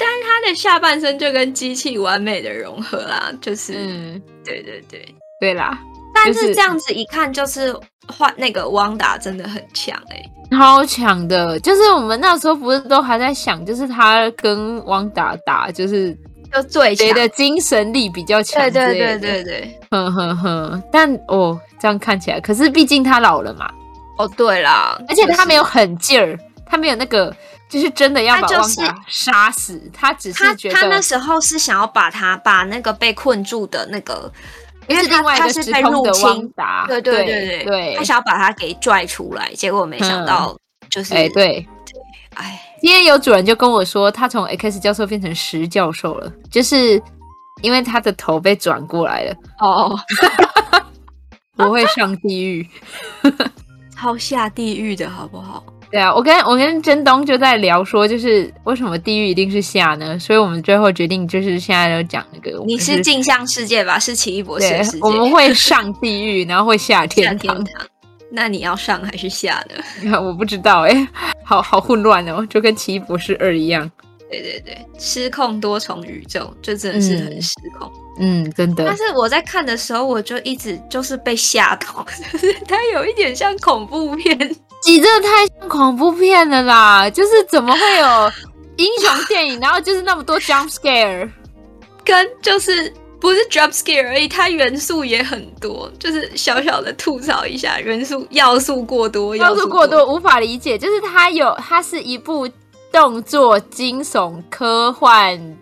Speaker 2: 但是他的下半身就跟机器完美的融合啦，就是，
Speaker 1: 嗯，
Speaker 2: 对对对。
Speaker 1: 对啦，
Speaker 2: 但
Speaker 1: 就是
Speaker 2: 是这样子一看，就是换那个汪达真的很强哎、
Speaker 1: 超强的，就是我们那时候不是都还在想，就是他跟汪达打，就是
Speaker 2: 就最强
Speaker 1: 谁。的精神力比较强
Speaker 2: 对
Speaker 1: 之类的。
Speaker 2: 对对对对。
Speaker 1: 哼哼哼，但哦，这样看起来，可是毕竟他老了嘛，
Speaker 2: 哦，对啦，
Speaker 1: 而且
Speaker 2: 就是
Speaker 1: 他没有很劲儿，他没有那个，就是真的要把
Speaker 2: 他就
Speaker 1: 旺
Speaker 2: 是
Speaker 1: 达杀死，他只
Speaker 2: 他
Speaker 1: 是觉
Speaker 2: 他那
Speaker 1: 得
Speaker 2: 时候是想要把他把那个被困住的那个，因
Speaker 1: 就
Speaker 2: 为
Speaker 1: 是
Speaker 2: 他
Speaker 1: 另外一
Speaker 2: 他
Speaker 1: 个
Speaker 2: 是
Speaker 1: 时
Speaker 2: 被
Speaker 1: 空
Speaker 2: 入
Speaker 1: 的旺
Speaker 2: 侵，
Speaker 1: 达，
Speaker 2: 对
Speaker 1: 对
Speaker 2: 对
Speaker 1: 对，嗯
Speaker 2: 他想要把他给拽出来，结果没想到就是
Speaker 1: 哎、对，
Speaker 2: 哎
Speaker 1: 今天有主人就跟我说，他从 X 教授变成石教授了，就是因为他的头被转过来了，
Speaker 2: 哦，
Speaker 1: 不会上地狱。
Speaker 2: 超下地狱的好不好？
Speaker 1: 对啊，我跟我跟真东就在聊说，就是为什么地狱一定是下呢？所以我们最后决定就是现在就讲那个，
Speaker 2: 你
Speaker 1: 就是
Speaker 2: 镜像世界吧？是奇异博士
Speaker 1: 对
Speaker 2: 的世，界？
Speaker 1: 我们会上地狱，然后会下
Speaker 2: 下
Speaker 1: 天
Speaker 2: 天
Speaker 1: 堂。
Speaker 2: 堂？那你要上还是 下呢？
Speaker 1: 我不知道哎、好好混乱哦，就跟奇异博士二一样。
Speaker 2: 对对对，失控多重宇宙，这真的是很
Speaker 1: 嗯
Speaker 2: 失控。
Speaker 1: 嗯，真的
Speaker 2: 但。是我在看的时候，我就一直就是被吓到， 就是它有一点像恐怖片，
Speaker 1: 你真的太像恐怖片了啦！就是怎么会有英雄电影，然后就是那么多 jump scare？
Speaker 2: 跟就是不是 jump scare 而已，它元素也很多，就是小小的吐槽一下，元素要素过多，
Speaker 1: 要素
Speaker 2: 过
Speaker 1: 过多，无法理解。就是它有，它是一部动作、惊悚、科幻、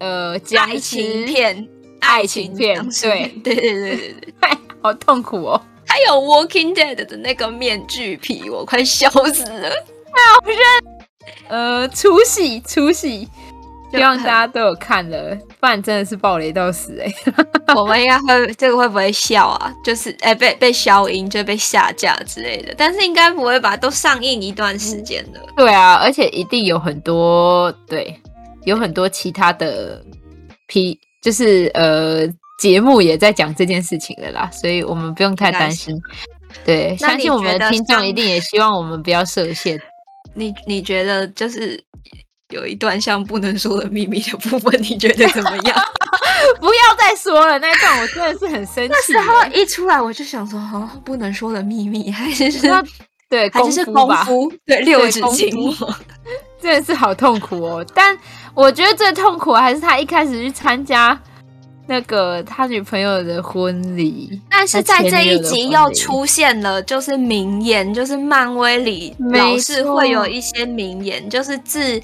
Speaker 1: 呃，僵
Speaker 2: 爱情
Speaker 1: 尸，
Speaker 2: 片，
Speaker 1: 爱情片
Speaker 2: 僵尸片对对对对对，
Speaker 1: 好痛苦哦！
Speaker 2: 还有 Walking Dead 的那个面具皮，我快笑死了。
Speaker 1: 呃，出戏出戏，
Speaker 2: 就
Speaker 1: 希望
Speaker 2: 很
Speaker 1: 大家都有看了，不然真的是暴雷到死哎、
Speaker 2: 我们应该会这个会不会笑啊？就是哎、被被消音就被下架之类的，但是应该不会吧？都上映一段时间了，
Speaker 1: 对啊，而且一定有很多对，有很多其他的 P，就是呃节目也在讲这件事情的啦，所以我们不用太
Speaker 2: 应该
Speaker 1: 担
Speaker 2: 是
Speaker 1: 心。对，
Speaker 2: 那
Speaker 1: 相
Speaker 2: 你
Speaker 1: 信我们的
Speaker 2: 觉得
Speaker 1: 听众
Speaker 2: 像
Speaker 1: 一定也希望我们不要设限。
Speaker 2: 你你觉得就是有一段像不能说的秘密的部分，你觉得怎么 样？
Speaker 1: 不要再说了，那一段我真的是很生气。
Speaker 2: 那时候一出来我就想说，哦，不能说的秘密还是是
Speaker 1: 那对，
Speaker 2: 还是是
Speaker 1: 功
Speaker 2: 功
Speaker 1: 夫吧，
Speaker 2: 夫，对六
Speaker 1: 对
Speaker 2: 指
Speaker 1: 功
Speaker 2: 琴
Speaker 1: 夫
Speaker 2: 魔，
Speaker 1: 真的是好痛苦哦。但我觉得最痛苦的还是他一开始去参加那个他女朋友的婚礼，
Speaker 2: 但是在这一集
Speaker 1: 他前女友
Speaker 2: 又
Speaker 1: 的婚礼
Speaker 2: 出现了，就是名言，就是漫威里
Speaker 1: 没
Speaker 2: 老是
Speaker 1: 错
Speaker 2: 会有一些名言，就是自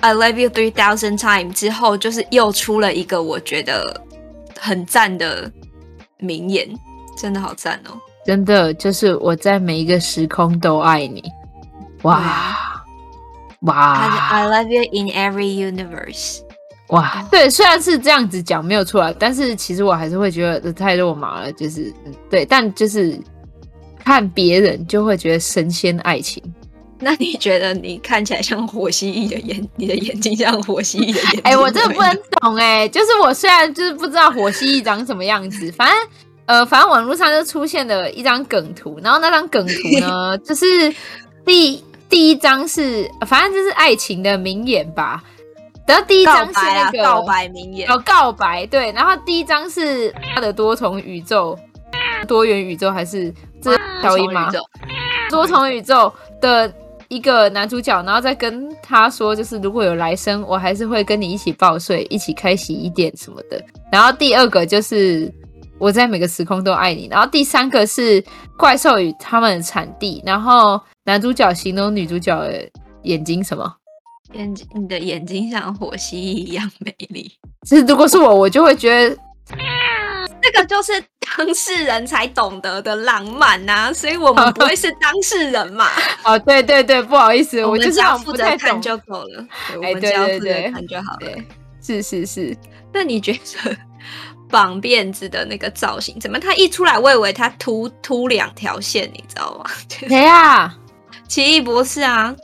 Speaker 2: I love you three thousand times 之后，就是又出了一个我觉得很赞的名言，真的好赞哦！
Speaker 1: 真的就是我在每一个时空都爱你，
Speaker 2: 对
Speaker 1: 哇
Speaker 2: 他啊是
Speaker 1: 哇
Speaker 2: I love you in every universe。
Speaker 1: 哇！对，虽然是这样子讲没有错啊，但是其实我还是会觉得这太肉麻了，就是嗯对，但就是看别人就会觉得神仙爱情，
Speaker 2: 那你觉得你看起来像火蜥蜴的眼，你的眼睛像火蜥蜴的眼睛？
Speaker 1: 哎、我真的不能懂哎、就是我虽然就是不知道火蜥蜴长什么样子，反正呃，反正网络上就出现了一张梗图，然后那张梗图 呢，就是第第一张是，反正就是爱情的名言吧。然后第一
Speaker 2: 告
Speaker 1: 张是
Speaker 2: 白
Speaker 1: 那
Speaker 2: 啊，
Speaker 1: 个
Speaker 2: 告白名言
Speaker 1: 有告白，对，然后第一张是他的多重宇宙，多元宇宙还是这是小姨妈
Speaker 2: 宇宙
Speaker 1: 多重宇宙的一个男主角，然后再跟他说，就是如果有来生，我还是会跟你一起报税，一起开洗衣店什么的。然后第二个就是我在每个时空都爱你，然后第三个是怪兽与他们的产地，然后男主角形容女主角的眼睛什么？
Speaker 2: 眼睛，你的眼睛像火蜥蜴一样美丽。
Speaker 1: 就是如果是我，我就会觉得
Speaker 2: 这个就是当事人才懂得的浪漫呐、所以我们不会是当事人嘛，
Speaker 1: 哦，对对 对，不好意思，我
Speaker 2: 们
Speaker 1: 就是
Speaker 2: 只
Speaker 1: 那
Speaker 2: 要
Speaker 1: 种
Speaker 2: 负
Speaker 1: 不
Speaker 2: 责
Speaker 1: 太
Speaker 2: 看
Speaker 1: 懂。
Speaker 2: 就够了，对
Speaker 1: 哎
Speaker 2: 我们
Speaker 1: 对
Speaker 2: 只要
Speaker 1: 对
Speaker 2: 负责
Speaker 1: 对
Speaker 2: 看就好了。
Speaker 1: 对，是是是，
Speaker 2: 那你觉得 绑辫子的那个造型怎么？它一出来，我以为它秃秃两条线，你知道吗？
Speaker 1: 谁啊？
Speaker 2: 奇异博士啊，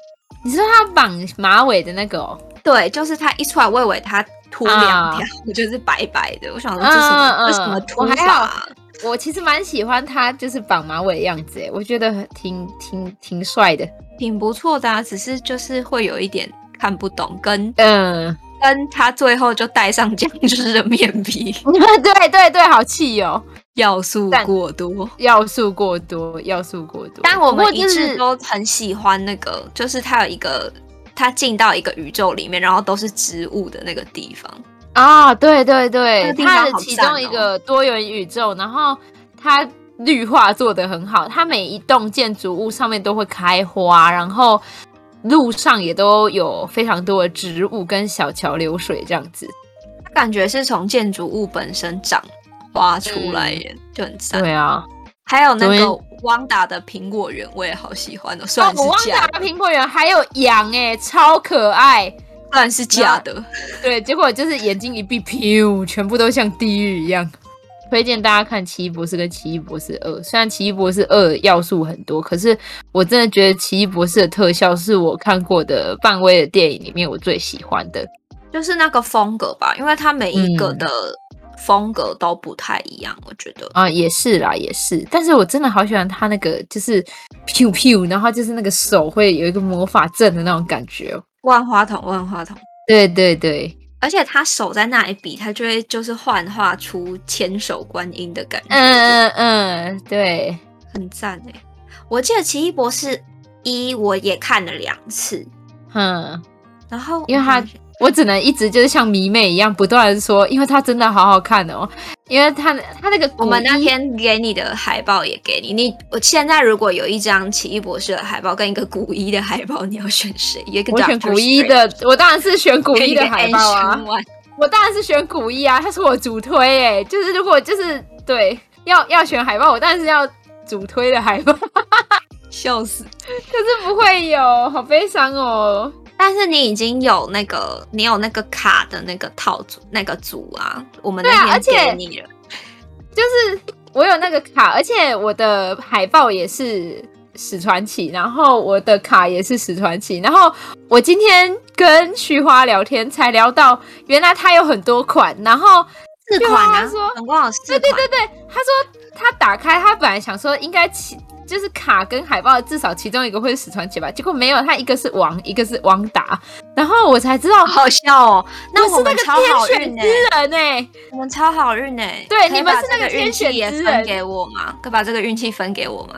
Speaker 1: 你说他绑马尾的那个哦？
Speaker 2: 对，就是它一出来，我以为它秃两条， 就是白白的。我想说这是什么、
Speaker 1: 啊嗯嗯嗯
Speaker 2: 这是什么秃
Speaker 1: 我还
Speaker 2: 法、啊
Speaker 1: 好？我其实蛮喜欢他，就是绑马尾的样子，哎，我觉得挺挺挺帅的。
Speaker 2: 挺不错的啊，只是就是会有一点看不懂，跟
Speaker 1: 嗯，
Speaker 2: 跟他最后就戴上僵尸的面皮，
Speaker 1: 对对对，好气哦，
Speaker 2: 要素
Speaker 1: 赞
Speaker 2: 过多。
Speaker 1: 要素过多，要素过多。
Speaker 2: 但我
Speaker 1: 不过
Speaker 2: 们一
Speaker 1: 就是
Speaker 2: 直都很喜欢那个，就是它有一个，它进到一个宇宙里面，然后都是植物的那个地方。
Speaker 1: 啊，对对
Speaker 2: 那
Speaker 1: 对，
Speaker 2: 个地方
Speaker 1: 它的
Speaker 2: 好
Speaker 1: 其
Speaker 2: 赞
Speaker 1: 中一
Speaker 2: 哦
Speaker 1: 个多元宇宙，然后它绿化做得很好，它每一栋建筑物上面都会开花，然后路上也都有非常多的植物跟小桥流水这样子。
Speaker 2: 它感觉是从建筑物本身长花出来耶，就很赞。
Speaker 1: 嗯对啊，
Speaker 2: 还有那
Speaker 1: 昨
Speaker 2: 个
Speaker 1: 天
Speaker 2: 汪达的苹果园，我也好喜欢哦，虽
Speaker 1: 哦
Speaker 2: 然，是
Speaker 1: 我忘
Speaker 2: 假
Speaker 1: 打
Speaker 2: 的，
Speaker 1: 苹果园还有羊哎、超可爱。
Speaker 2: 虽然是假的。
Speaker 1: 对，结果就是眼睛一闭，噗，全部都像地狱一样。推荐大家看《奇异博士》跟《奇异博士二》，虽然《奇异博士二》要素很多，可是我真的觉得《奇异博士》的特效是我看过的漫威的电影里面我最喜欢的。
Speaker 2: 就是那个风格吧，因为它每一个
Speaker 1: 嗯
Speaker 2: 的风格都不太一样，我觉得。
Speaker 1: 啊、也是啦，也是。但是我真的好喜欢他那个，就是 p u 然后就是那个手会有一个魔法阵的那种感觉哦。
Speaker 2: 万花筒，万花筒，
Speaker 1: 对对对，
Speaker 2: 而且他手在那里比，他就会就是幻化出千手观音的感觉，
Speaker 1: 嗯嗯嗯，对，
Speaker 2: 很赞哎、我记得《奇异博士一》我也看了两次，
Speaker 1: 嗯。
Speaker 2: 然后嗯
Speaker 1: 因为它
Speaker 2: 我
Speaker 1: 我只能一直就是像迷妹一样不断的说，因为它真的好好看哦，因为它它那个
Speaker 2: 我们那
Speaker 1: 古衣
Speaker 2: 天给你的海报也给你，你我现在如果有一张奇异博士的海报跟一个古一的海报，你要选谁？有一个
Speaker 1: 我选
Speaker 2: Dr.
Speaker 1: 古一
Speaker 2: Strange，
Speaker 1: 的，我当然是选古
Speaker 2: 跟
Speaker 1: 一
Speaker 2: 一
Speaker 1: 的
Speaker 2: 个
Speaker 1: 海报啊
Speaker 2: Ancient，One
Speaker 1: 我当然是选古一啊，他是我主推哎、就是如果就是对要要选海报，我当然是要主推的海报， 可
Speaker 2: 笑死！
Speaker 1: 是不会有，好悲伤哦。
Speaker 2: 但是你已经有那个，你有那个卡的那个套组，那个组啊，我们
Speaker 1: 对啊
Speaker 2: 那
Speaker 1: 而且
Speaker 2: 天给你了。
Speaker 1: 就是我有那个卡，而且我的海报也是史传奇，然后我的卡也是史传奇，然后我今天跟徐花聊天才聊到，原来他有很多款，然 后
Speaker 2: 四款
Speaker 1: 对啊
Speaker 2: 啊
Speaker 1: 他说，
Speaker 2: 总共有四
Speaker 1: 对
Speaker 2: 款。
Speaker 1: 对对对，他说他打开，他本来想说应该其就是卡跟海报至少其中一个会是史传奇吧，结果没有，他一个是王，一个是王达，然后我才知道。
Speaker 2: 好笑哦！那
Speaker 1: 我是那
Speaker 2: 们
Speaker 1: 个
Speaker 2: 超好
Speaker 1: 天选
Speaker 2: 运呢、欸
Speaker 1: 之人欸呢、
Speaker 2: 我们超好运呢、
Speaker 1: 对
Speaker 2: 可以
Speaker 1: 你们
Speaker 2: 把
Speaker 1: 是那个
Speaker 2: 这运气
Speaker 1: 天选
Speaker 2: 也
Speaker 1: 之
Speaker 2: 分
Speaker 1: 人
Speaker 2: 给我吗？可以把这个运气分给我吗？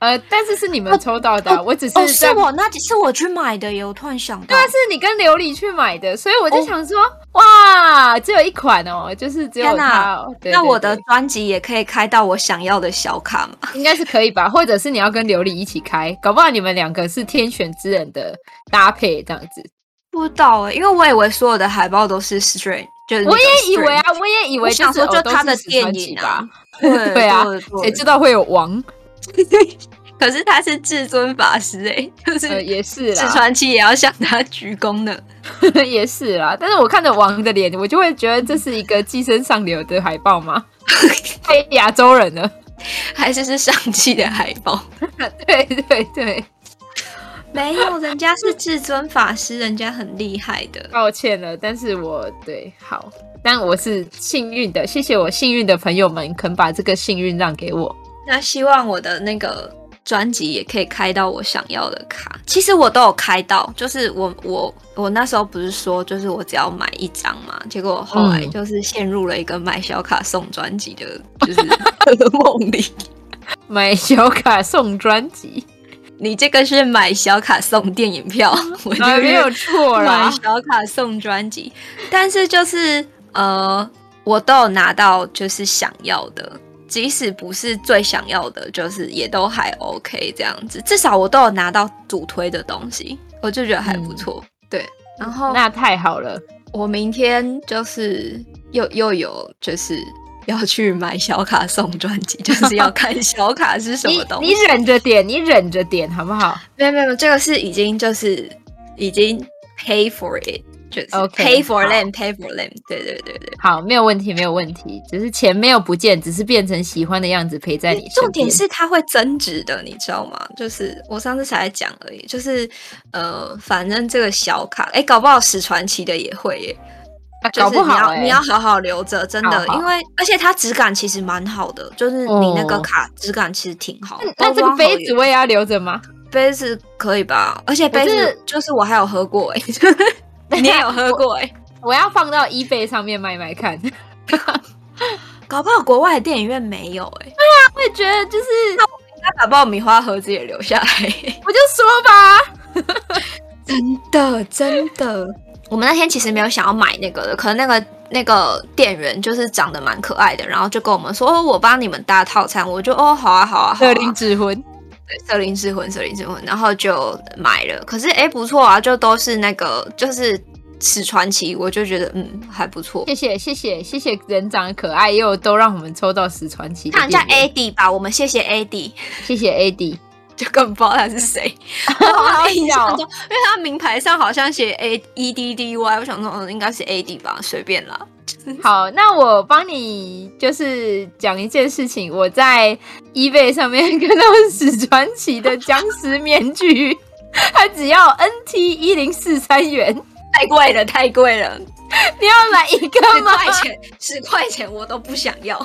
Speaker 1: 呃，但是是你们抽到的啊、我只是
Speaker 2: 哦，
Speaker 1: 在
Speaker 2: 是我那几次我去买的耶，我突然想到
Speaker 1: 对啊，，是你跟琉璃去买的，所以
Speaker 2: 哦
Speaker 1: 我就想说，哇，只有一款哦，就是只有
Speaker 2: 天哪
Speaker 1: 它、哦。对
Speaker 2: 那我
Speaker 1: 对
Speaker 2: 的专辑也可以开到我想要的小卡吗？
Speaker 1: 对应该是可以吧，或 者是你要跟琉璃一起开，搞不好你们两个是天选之人的搭配这样子。
Speaker 2: 不知道哎、因为我以为所有的海报都是 Strange，就是那
Speaker 1: 我
Speaker 2: 个
Speaker 1: 也以为啊
Speaker 2: Strange，
Speaker 1: 我也以
Speaker 2: 我
Speaker 1: 为就
Speaker 2: 想
Speaker 1: 是
Speaker 2: 说就
Speaker 1: 哦都
Speaker 2: 他
Speaker 1: 是
Speaker 2: 的
Speaker 1: 史
Speaker 2: 电
Speaker 1: 传奇
Speaker 2: 影
Speaker 1: 吧
Speaker 2: 啊，， 对
Speaker 1: 对啊，谁
Speaker 2: 对
Speaker 1: 知道会有王？
Speaker 2: 可是 他是至尊法师哎、就是
Speaker 1: 呃，也是
Speaker 2: 史
Speaker 1: 啦，
Speaker 2: 传奇也要向他鞠躬呢。
Speaker 1: 也是啦。但是我看着王的脸，我就会觉得这是一个寄生上流的海报 吗？太亚洲人了。
Speaker 2: 还是是上季的海报。
Speaker 1: 对对对，
Speaker 2: 没有，人家是至尊法师，人家很厉害的。
Speaker 1: 抱歉了，但是我对好，但我是幸运的，谢谢我幸运的朋友们肯把这个幸运让给我。
Speaker 2: 那希望我的那个专辑也可以开到我想要的卡。其实我都有开到，就是我我我那时候不是说，就是我只要买一张嘛，结果后来
Speaker 1: 嗯
Speaker 2: 就是陷入了一个买小卡送专辑的，就是噩 梦里。
Speaker 1: 买小卡送专 辑，
Speaker 2: 你这个是买小卡送电影 票，我就
Speaker 1: 啊，
Speaker 2: 是
Speaker 1: 没有错啦
Speaker 2: 买。小卡送专辑，但是就是呃，我都有拿到就是想要的，即使不是最想要的，就是也都还 OK 这样子，至少我都有拿到主推的东西，我就觉得还不错。对，然后
Speaker 1: 嗯那太好了，
Speaker 2: 我明天就是又又有就是。要去买小卡送专辑，就是要看小卡是什么东西。
Speaker 1: 你你忍着点，你忍着点好不好？
Speaker 2: 没有没有，没有这个是已经就是已经 pay for it，就是
Speaker 1: OK，
Speaker 2: pay for
Speaker 1: 好
Speaker 2: them，pay for them，对对对对。
Speaker 1: 好，没有问题，没有问题，只是钱没有不见，只是变成喜欢的样子陪在你身边。
Speaker 2: 哎重点是它会增值的，你知道吗？就是我上次才在讲而已，就是呃，反正这个小卡，哎、搞不好史传奇的也会耶，
Speaker 1: 啊
Speaker 2: 就是
Speaker 1: 搞不
Speaker 2: 你要
Speaker 1: 好、欸、
Speaker 2: 你要好好留着，真的，
Speaker 1: 好好
Speaker 2: 因为而且它质感其实蛮好的，就是你那个
Speaker 1: 哦
Speaker 2: 卡质感其实挺好。
Speaker 1: 那
Speaker 2: 包
Speaker 1: 这个
Speaker 2: 装好
Speaker 1: 杯
Speaker 2: 也
Speaker 1: 子我也要留着吗？
Speaker 2: 杯子可以吧？而且杯
Speaker 1: 是
Speaker 2: 子就是我还有喝过哎、 你也有喝过哎、
Speaker 1: 我要放到 eBay 上面卖卖看。
Speaker 2: 搞不好国外的电影院没有哎、欸，
Speaker 1: 我也觉得就是，
Speaker 2: 他把爆米花盒子也留下 来。
Speaker 1: 我就说吧，
Speaker 2: 真的，真的。我们那天其实没有想要买那个的，可能那个那个店员就是长得蛮可爱的，然后就跟我们说：“哦，我帮你们搭套餐。”我就哦，好啊，好啊，好
Speaker 1: 热
Speaker 2: 啊。
Speaker 1: 灵指魂，
Speaker 2: 对色灵之魂，色灵之魂，然后就买了。可是哎，诶不错啊，就都是那个就是史传奇，我就觉得嗯还不错。
Speaker 1: 谢谢谢谢谢谢人长得可爱，又都让我们抽到十传奇的
Speaker 2: 看
Speaker 1: 店
Speaker 2: 一下
Speaker 1: 员。
Speaker 2: AD 吧，我们谢谢 AD。
Speaker 1: 谢谢 AD，
Speaker 2: 就根本不知道他是谁。
Speaker 1: 好
Speaker 2: 我印象
Speaker 1: 笑
Speaker 2: 中，因为他名牌上好像写 A E D D Y，我想说，嗯，应该是 A D 吧，随便啦。
Speaker 1: 好，那我帮你就是讲一件事情，我在 eBay 上面看到史传奇的僵尸面具， 它只要 NT 一零四三元，
Speaker 2: 太贵了，太贵了，
Speaker 1: 你要买一个
Speaker 2: 十
Speaker 1: 吗？
Speaker 2: 块钱，十块钱我都不想要，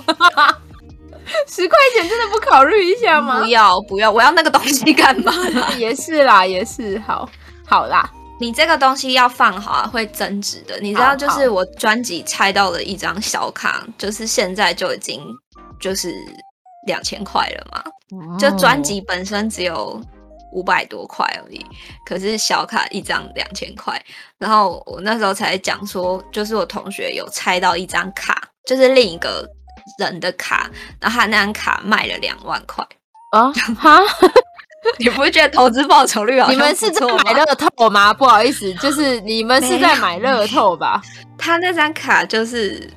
Speaker 1: 十块钱真的不考虑一下吗
Speaker 2: 不？要不要，我要那个东西干嘛啦？
Speaker 1: 也是啦，也是，好，好啦，
Speaker 2: 你这个东西要放好啊，会增值的。你知
Speaker 1: 好
Speaker 2: 道，
Speaker 1: 好
Speaker 2: 就是我专辑拆到了一张小卡，就是现在就已经就是两千块了嘛。
Speaker 1: 哦
Speaker 2: 就专辑本身只有五百多块而已，可是小卡一张两千块。然后我那时候才讲说，就是我同学有拆到一张卡，就是另一个人的卡，然后他那张卡卖了两万块。
Speaker 1: 啊哈，
Speaker 2: 你不会觉得投资报酬率好
Speaker 1: 你
Speaker 2: 像
Speaker 1: 们
Speaker 2: 不
Speaker 1: 是在
Speaker 2: 错吗
Speaker 1: 买乐透吗？不好意思，就是你们是在买
Speaker 2: 没有
Speaker 1: 乐透 吧？
Speaker 2: 他那张卡就是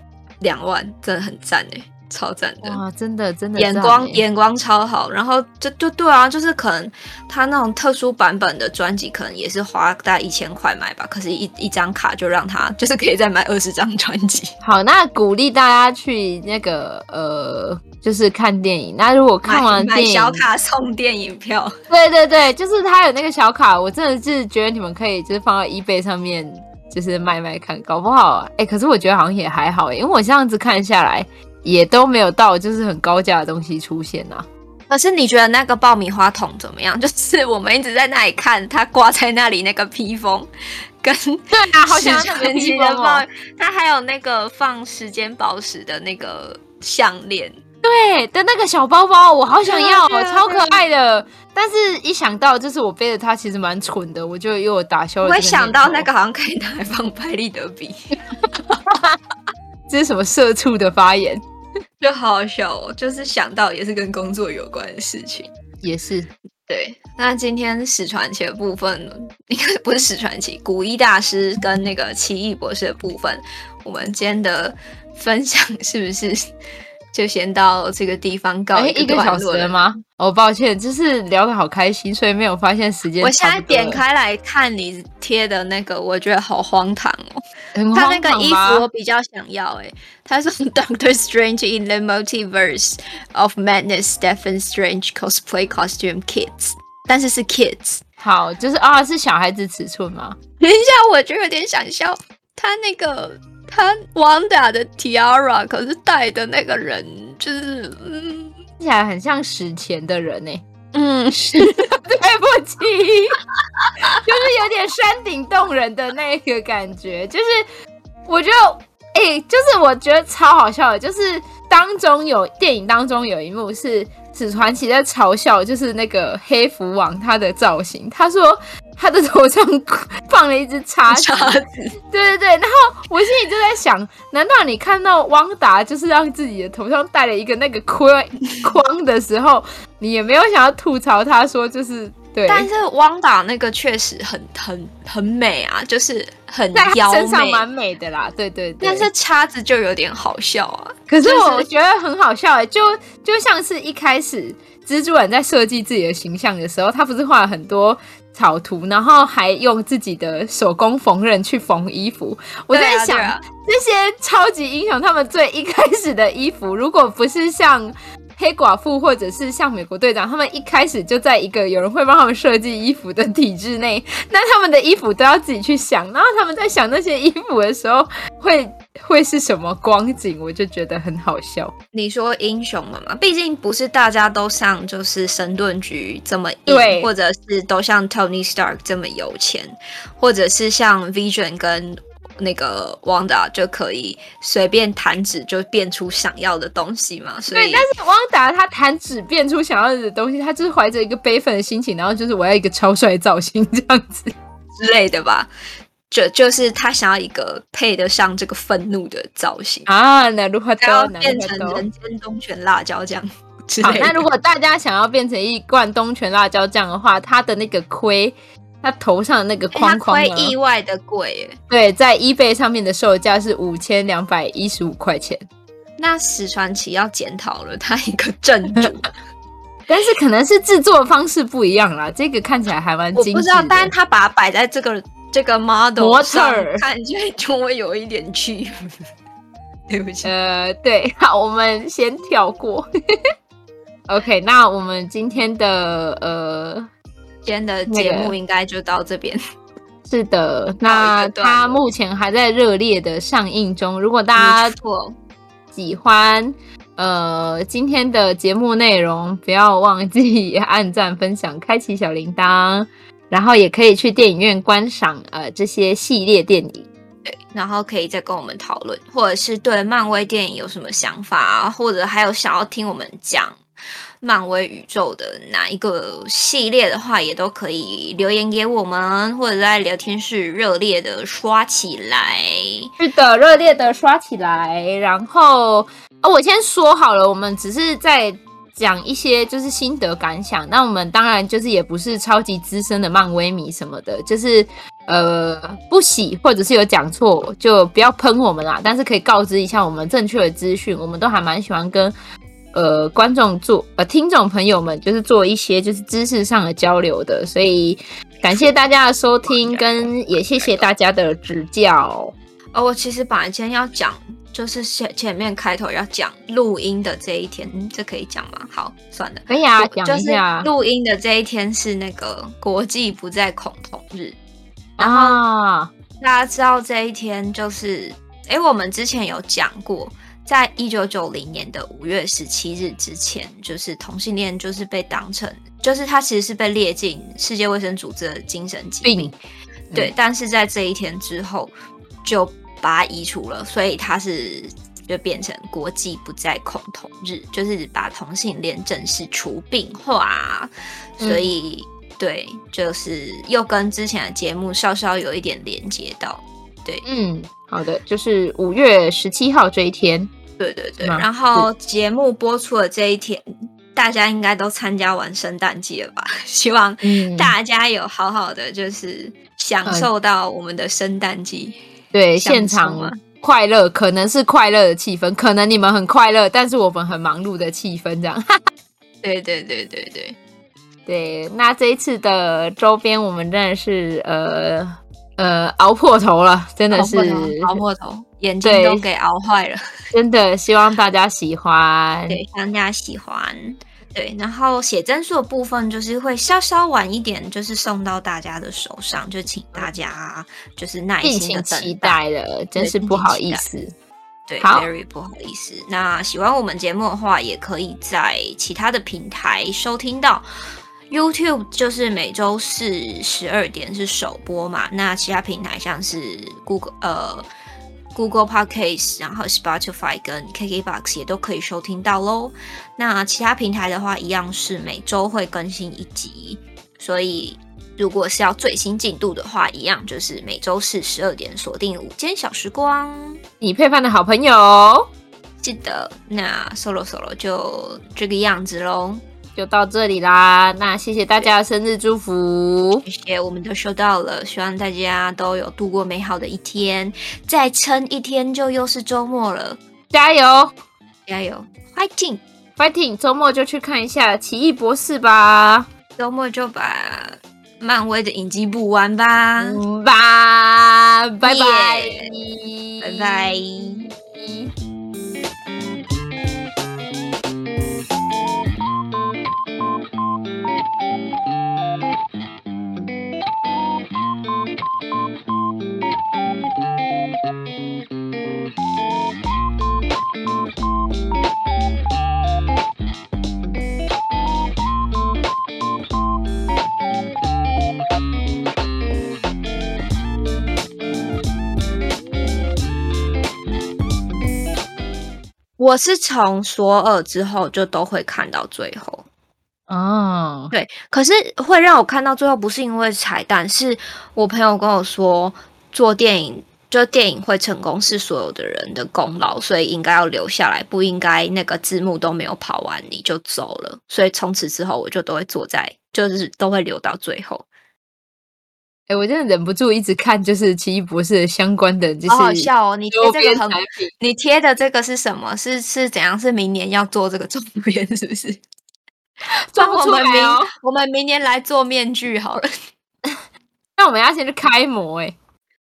Speaker 2: 两万，真的很赞哎、超赞的。
Speaker 1: 哇，真的真的
Speaker 2: 眼
Speaker 1: 赞
Speaker 2: 光
Speaker 1: 欸
Speaker 2: 眼光超好，然后就就对啊，就是可能他那种特殊版本的专辑，可能也是花大概一千块买吧，可是一一张卡就让他就是可以再买二十张专 辑，
Speaker 1: 好，那鼓励大家去那个呃，就是看电影。那如果看完
Speaker 2: 买买
Speaker 1: 电影，
Speaker 2: 小卡送电影票，
Speaker 1: 对对对，就是它有那个小卡，我真的是觉得你们可以就是放到 eBay 上面，就是卖卖看，搞不好哎、可是我觉得好像也还好哎、因为我这样子看下来，也都没有到就是很高价的东西出现啊呐、
Speaker 2: 可是你觉得那个爆米花桶怎么样？就是我们一直在那里看它挂在那里那个披风，跟
Speaker 1: 对啊，好想要
Speaker 2: 史
Speaker 1: 那个
Speaker 2: 传奇
Speaker 1: 披
Speaker 2: 的
Speaker 1: 风
Speaker 2: 爆
Speaker 1: 哦。，
Speaker 2: 它还有那个放时间宝石的那个项链。
Speaker 1: 对的那个小包包，我好想要、
Speaker 2: 对
Speaker 1: 哦，
Speaker 2: 啊对啊
Speaker 1: 超可爱的。但是一想到就是我背着它其实蛮蠢的，我就又打消了。
Speaker 2: 我会想到那个好像可以拿来放拍立得比，
Speaker 1: 这是什么社畜的发言？
Speaker 2: 就好好笑哦。就是想到也是跟工作有关的事情。
Speaker 1: 也是，
Speaker 2: 对，那今天史传奇的部分呢，应该不是史传奇，古一大师跟那个奇异博士的部分，我们今天的分享 是不是就先到这个地方告
Speaker 1: 哎，
Speaker 2: 一
Speaker 1: 一个
Speaker 2: 个段
Speaker 1: 小时
Speaker 2: 落
Speaker 1: 了
Speaker 2: 了？
Speaker 1: 吗？哦，抱歉，就是聊得好开心，所以没有发现时间
Speaker 2: 我现
Speaker 1: 差
Speaker 2: 在
Speaker 1: 不多了。
Speaker 2: 点开来看你贴的那个，我觉得好荒唐哦。
Speaker 1: 很
Speaker 2: 他
Speaker 1: 荒
Speaker 2: 那个
Speaker 1: 唐
Speaker 2: 衣
Speaker 1: 吧
Speaker 2: 服我比较想要诶、他说 Doctor Strange in the Multiverse of Madness Stephen Strange cosplay costume kids，但是是 kids，
Speaker 1: 好，就是啊、是小孩子尺寸吗？
Speaker 2: 等一下，我就有点想笑。他那个他 Wanda 的 Tiara，可是戴的那个人就是，嗯
Speaker 1: 听起来很像史前的人欸呢、
Speaker 2: 嗯，
Speaker 1: 对不起，就是有点山顶洞人的那个感觉，就是我觉得，哎、就是我觉得超好笑的，就是当中有电影当中有一幕是史传奇在嘲笑，就是那个黑蝠王他的造型，他说他的头上放了一只叉 子，
Speaker 2: 傻子
Speaker 1: 对对对，然后我心里就在想， 难道你看到汪达就是让自己的头上戴了一个那个 框框的时候，你也没有想要吐槽他说就是对，
Speaker 2: 但是汪达那个确实很很很美啊，就是很
Speaker 1: 在
Speaker 2: 妖
Speaker 1: 他身上
Speaker 2: 媚。
Speaker 1: 蛮美的啦，对对对。
Speaker 2: 但是叉子就有点好笑啊，
Speaker 1: 可是
Speaker 2: 就是
Speaker 1: 我觉得很好笑哎、就就像是一开始蜘蛛人在设计自己的形象的时候，他不是画了很多草图，然后还用自己的手工缝纫去缝衣服。我
Speaker 2: 对
Speaker 1: 在
Speaker 2: 啊
Speaker 1: 想，
Speaker 2: 对啊
Speaker 1: 这些超级英雄他们最一开始的衣服，如果不是像。黑寡妇或者是像美国队长，他们一开始就在一个有人会帮他们设计衣服的体制内，那他们的衣服都要自己去想，然后他们在想那些衣服的时候，会会是什么光景，我就觉得很好笑。
Speaker 2: 你说英雄们嘛，毕竟不是大家都像就是神盾局这么
Speaker 1: 对
Speaker 2: 硬，或者是都像 Tony Stark 这么有钱，或者是像 Vision 跟那个 Wanda 就可以随便弹指就变出想要的东西嘛。所
Speaker 1: 对，
Speaker 2: 以
Speaker 1: 但是汪达他弹指变出想要的东西，他就是怀着一个悲愤的心情，然后就是我要一个超帅的造型这样子。
Speaker 2: 之类的吧，就就是他想要一个配得上这个愤怒的造型，
Speaker 1: 啊，那如何
Speaker 2: 他要
Speaker 1: 都那
Speaker 2: 变
Speaker 1: 如
Speaker 2: 成
Speaker 1: 何都。
Speaker 2: 人间东泉辣椒酱 之
Speaker 1: 好，
Speaker 2: 类
Speaker 1: 那
Speaker 2: 的哎
Speaker 1: 如。果大家想要变成一罐东泉辣椒酱的话，它的那个盔，它头上的那个
Speaker 2: 哎它
Speaker 1: 框框
Speaker 2: 会
Speaker 1: 呢
Speaker 2: 意外的贵耶，
Speaker 1: 对，在 eBay 上面的售价是五千两百一十五块钱。
Speaker 2: 那史传奇要检讨了，他一个正 主，
Speaker 1: 但是可能是制作方式不一样啦，这个看起来还蛮
Speaker 2: 我
Speaker 1: 精致的。
Speaker 2: 不知道，但是他把它摆在这个这个 model
Speaker 1: 模特
Speaker 2: 上
Speaker 1: 儿
Speaker 2: 看起来就会有一点区别。 对不起，
Speaker 1: 呃，对，好，我们先跳过。OK，那我们今天的呃，
Speaker 2: 今天的节
Speaker 1: 那
Speaker 2: 目
Speaker 1: 个
Speaker 2: 应该就到这边。
Speaker 1: 是的，那
Speaker 2: 一个段
Speaker 1: 它
Speaker 2: 落
Speaker 1: 目前还在热烈的上映中。如果大
Speaker 2: 没
Speaker 1: 家
Speaker 2: 错，
Speaker 1: 喜欢呃今天的节目内容，不要忘记按赞、分享、开启小铃铛，然后也可以去电影院观赏呃这些系列电影。
Speaker 2: 然后可以再跟我们讨论，或者是对漫威电影有什么想法啊，或者还有想要听我们讲漫威宇宙的哪一个系列的话，也都可以留言给我们，或者在聊天室热烈的刷起来。
Speaker 1: 是的，热烈的刷起来。然后，哦，我先说好了，我们只是在讲一些就是心得感想。那我们当然就是也不是超级资深的漫威迷什么的，就是呃不喜或者是有讲错就不要喷我们啦。但是可以告知一下我们正确的资讯，我们都还蛮喜欢跟。呃，观众做呃，听众朋友们就是做一些就是知识上的交流的，所以感谢大家的收听，跟也谢谢大家的指教。
Speaker 2: 哦，我其实本来今天要讲，就是前前面开头要讲录音的这一天，嗯，这可以讲吗？好，算了。
Speaker 1: 可以啊，
Speaker 2: 就
Speaker 1: 讲一下
Speaker 2: 就是。录音的这一天是那个国际不再恐同日，然后
Speaker 1: 啊，
Speaker 2: 大家知道这一天就是，诶，我们之前有讲过，在一九九零年的五月十七日之前，就是同性恋就是被当成，就是它其实是被列进世界卫生组织的精神疾病，
Speaker 1: 病
Speaker 2: 对，嗯但是在这一天之后就把它移除了，所以它是就变成国际不再恐同日，就是把同性恋正式除病化，
Speaker 1: 嗯
Speaker 2: 所以、对，就是又跟之前的节目稍稍有一点连接到，
Speaker 1: 嗯，好的，就是五月十七号这一天。
Speaker 2: 对对对。
Speaker 1: 是吗
Speaker 2: 然后节目播出的这一天，大家应该都参加完圣诞节了吧？ 希望
Speaker 1: 嗯
Speaker 2: 大家有好好的就是享受到我们的圣诞季。
Speaker 1: 对
Speaker 2: 相处
Speaker 1: 现场
Speaker 2: 吗
Speaker 1: 快乐，可能是快乐的气氛，可能你们很快乐，但是我们很忙碌的气氛 这样。
Speaker 2: 对对对对对。
Speaker 1: 对，那这一次的周边，我们真的是呃呃熬破头了，真的是
Speaker 2: 熬破头，眼睛都给熬坏了。
Speaker 1: 真的希望大家喜欢。
Speaker 2: 对，让大家喜欢。对，然后写真书的部分就是会稍稍晚一点，就是送到大家的手上，就请大家就是耐
Speaker 1: 敬
Speaker 2: 心
Speaker 1: 请
Speaker 2: 的等
Speaker 1: 期
Speaker 2: 待。
Speaker 1: 待了，真
Speaker 2: 对
Speaker 1: 是
Speaker 2: 敬
Speaker 1: 不
Speaker 2: 请
Speaker 1: 好
Speaker 2: 期
Speaker 1: 意
Speaker 2: 待
Speaker 1: 思。
Speaker 2: 对
Speaker 1: 好
Speaker 2: ，very 不好意思。那喜欢我们节目的话，也可以在其他的平台收听到。YouTube 就是每周四十二点是首播嘛，那其他平台像是 Google 呃 Google Podcast，然后 Spotify 跟 KKBox 也都可以收听到喽。那其他平台的话，一样是每周会更新一集，所以如果是要最新进度的话，一样就是每周四十二点锁定午间小时光。
Speaker 1: 你配饭的好朋友，哦
Speaker 2: 记得那 solo solo 就这个样子喽。
Speaker 1: 就到这里啦。那谢谢大家的生日祝福，
Speaker 2: 这些我们都收到了，希望大家都有度过美好的一天。再撑一天就又是周末了，
Speaker 1: 加油
Speaker 2: 加油，fighting！
Speaker 1: ，fighting！周末就去看一下《奇异博士》吧，
Speaker 2: 周末就把漫威的影集补完吧。
Speaker 1: 嗯吧，拜拜，
Speaker 2: 拜拜。我是从索尔之后就都会看到最后。
Speaker 1: 哦，
Speaker 2: 对，可是会让我看到最后，不是因为彩蛋，是我朋友跟我说，做电影就电影会成功是所有的人的功劳，所以应该要留下来，不应该那个字幕都没有跑完你就走了。所以从此之后，我就都会坐在，就是都会留到最后。
Speaker 1: 哎、我真的忍不住一直看，就是《奇异博士》的相关的，就是
Speaker 2: 好好笑哦！你贴
Speaker 1: 周
Speaker 2: 这
Speaker 1: 边
Speaker 2: 个
Speaker 1: 产
Speaker 2: 很，
Speaker 1: 品。
Speaker 2: 你贴的这个是什么？是是怎样？是明年要做这个周边是不是？
Speaker 1: 做不
Speaker 2: 我
Speaker 1: 出
Speaker 2: 们
Speaker 1: 来
Speaker 2: 明
Speaker 1: 哦。
Speaker 2: 我们明年来做面具好了。
Speaker 1: 那我们要先去开模哎、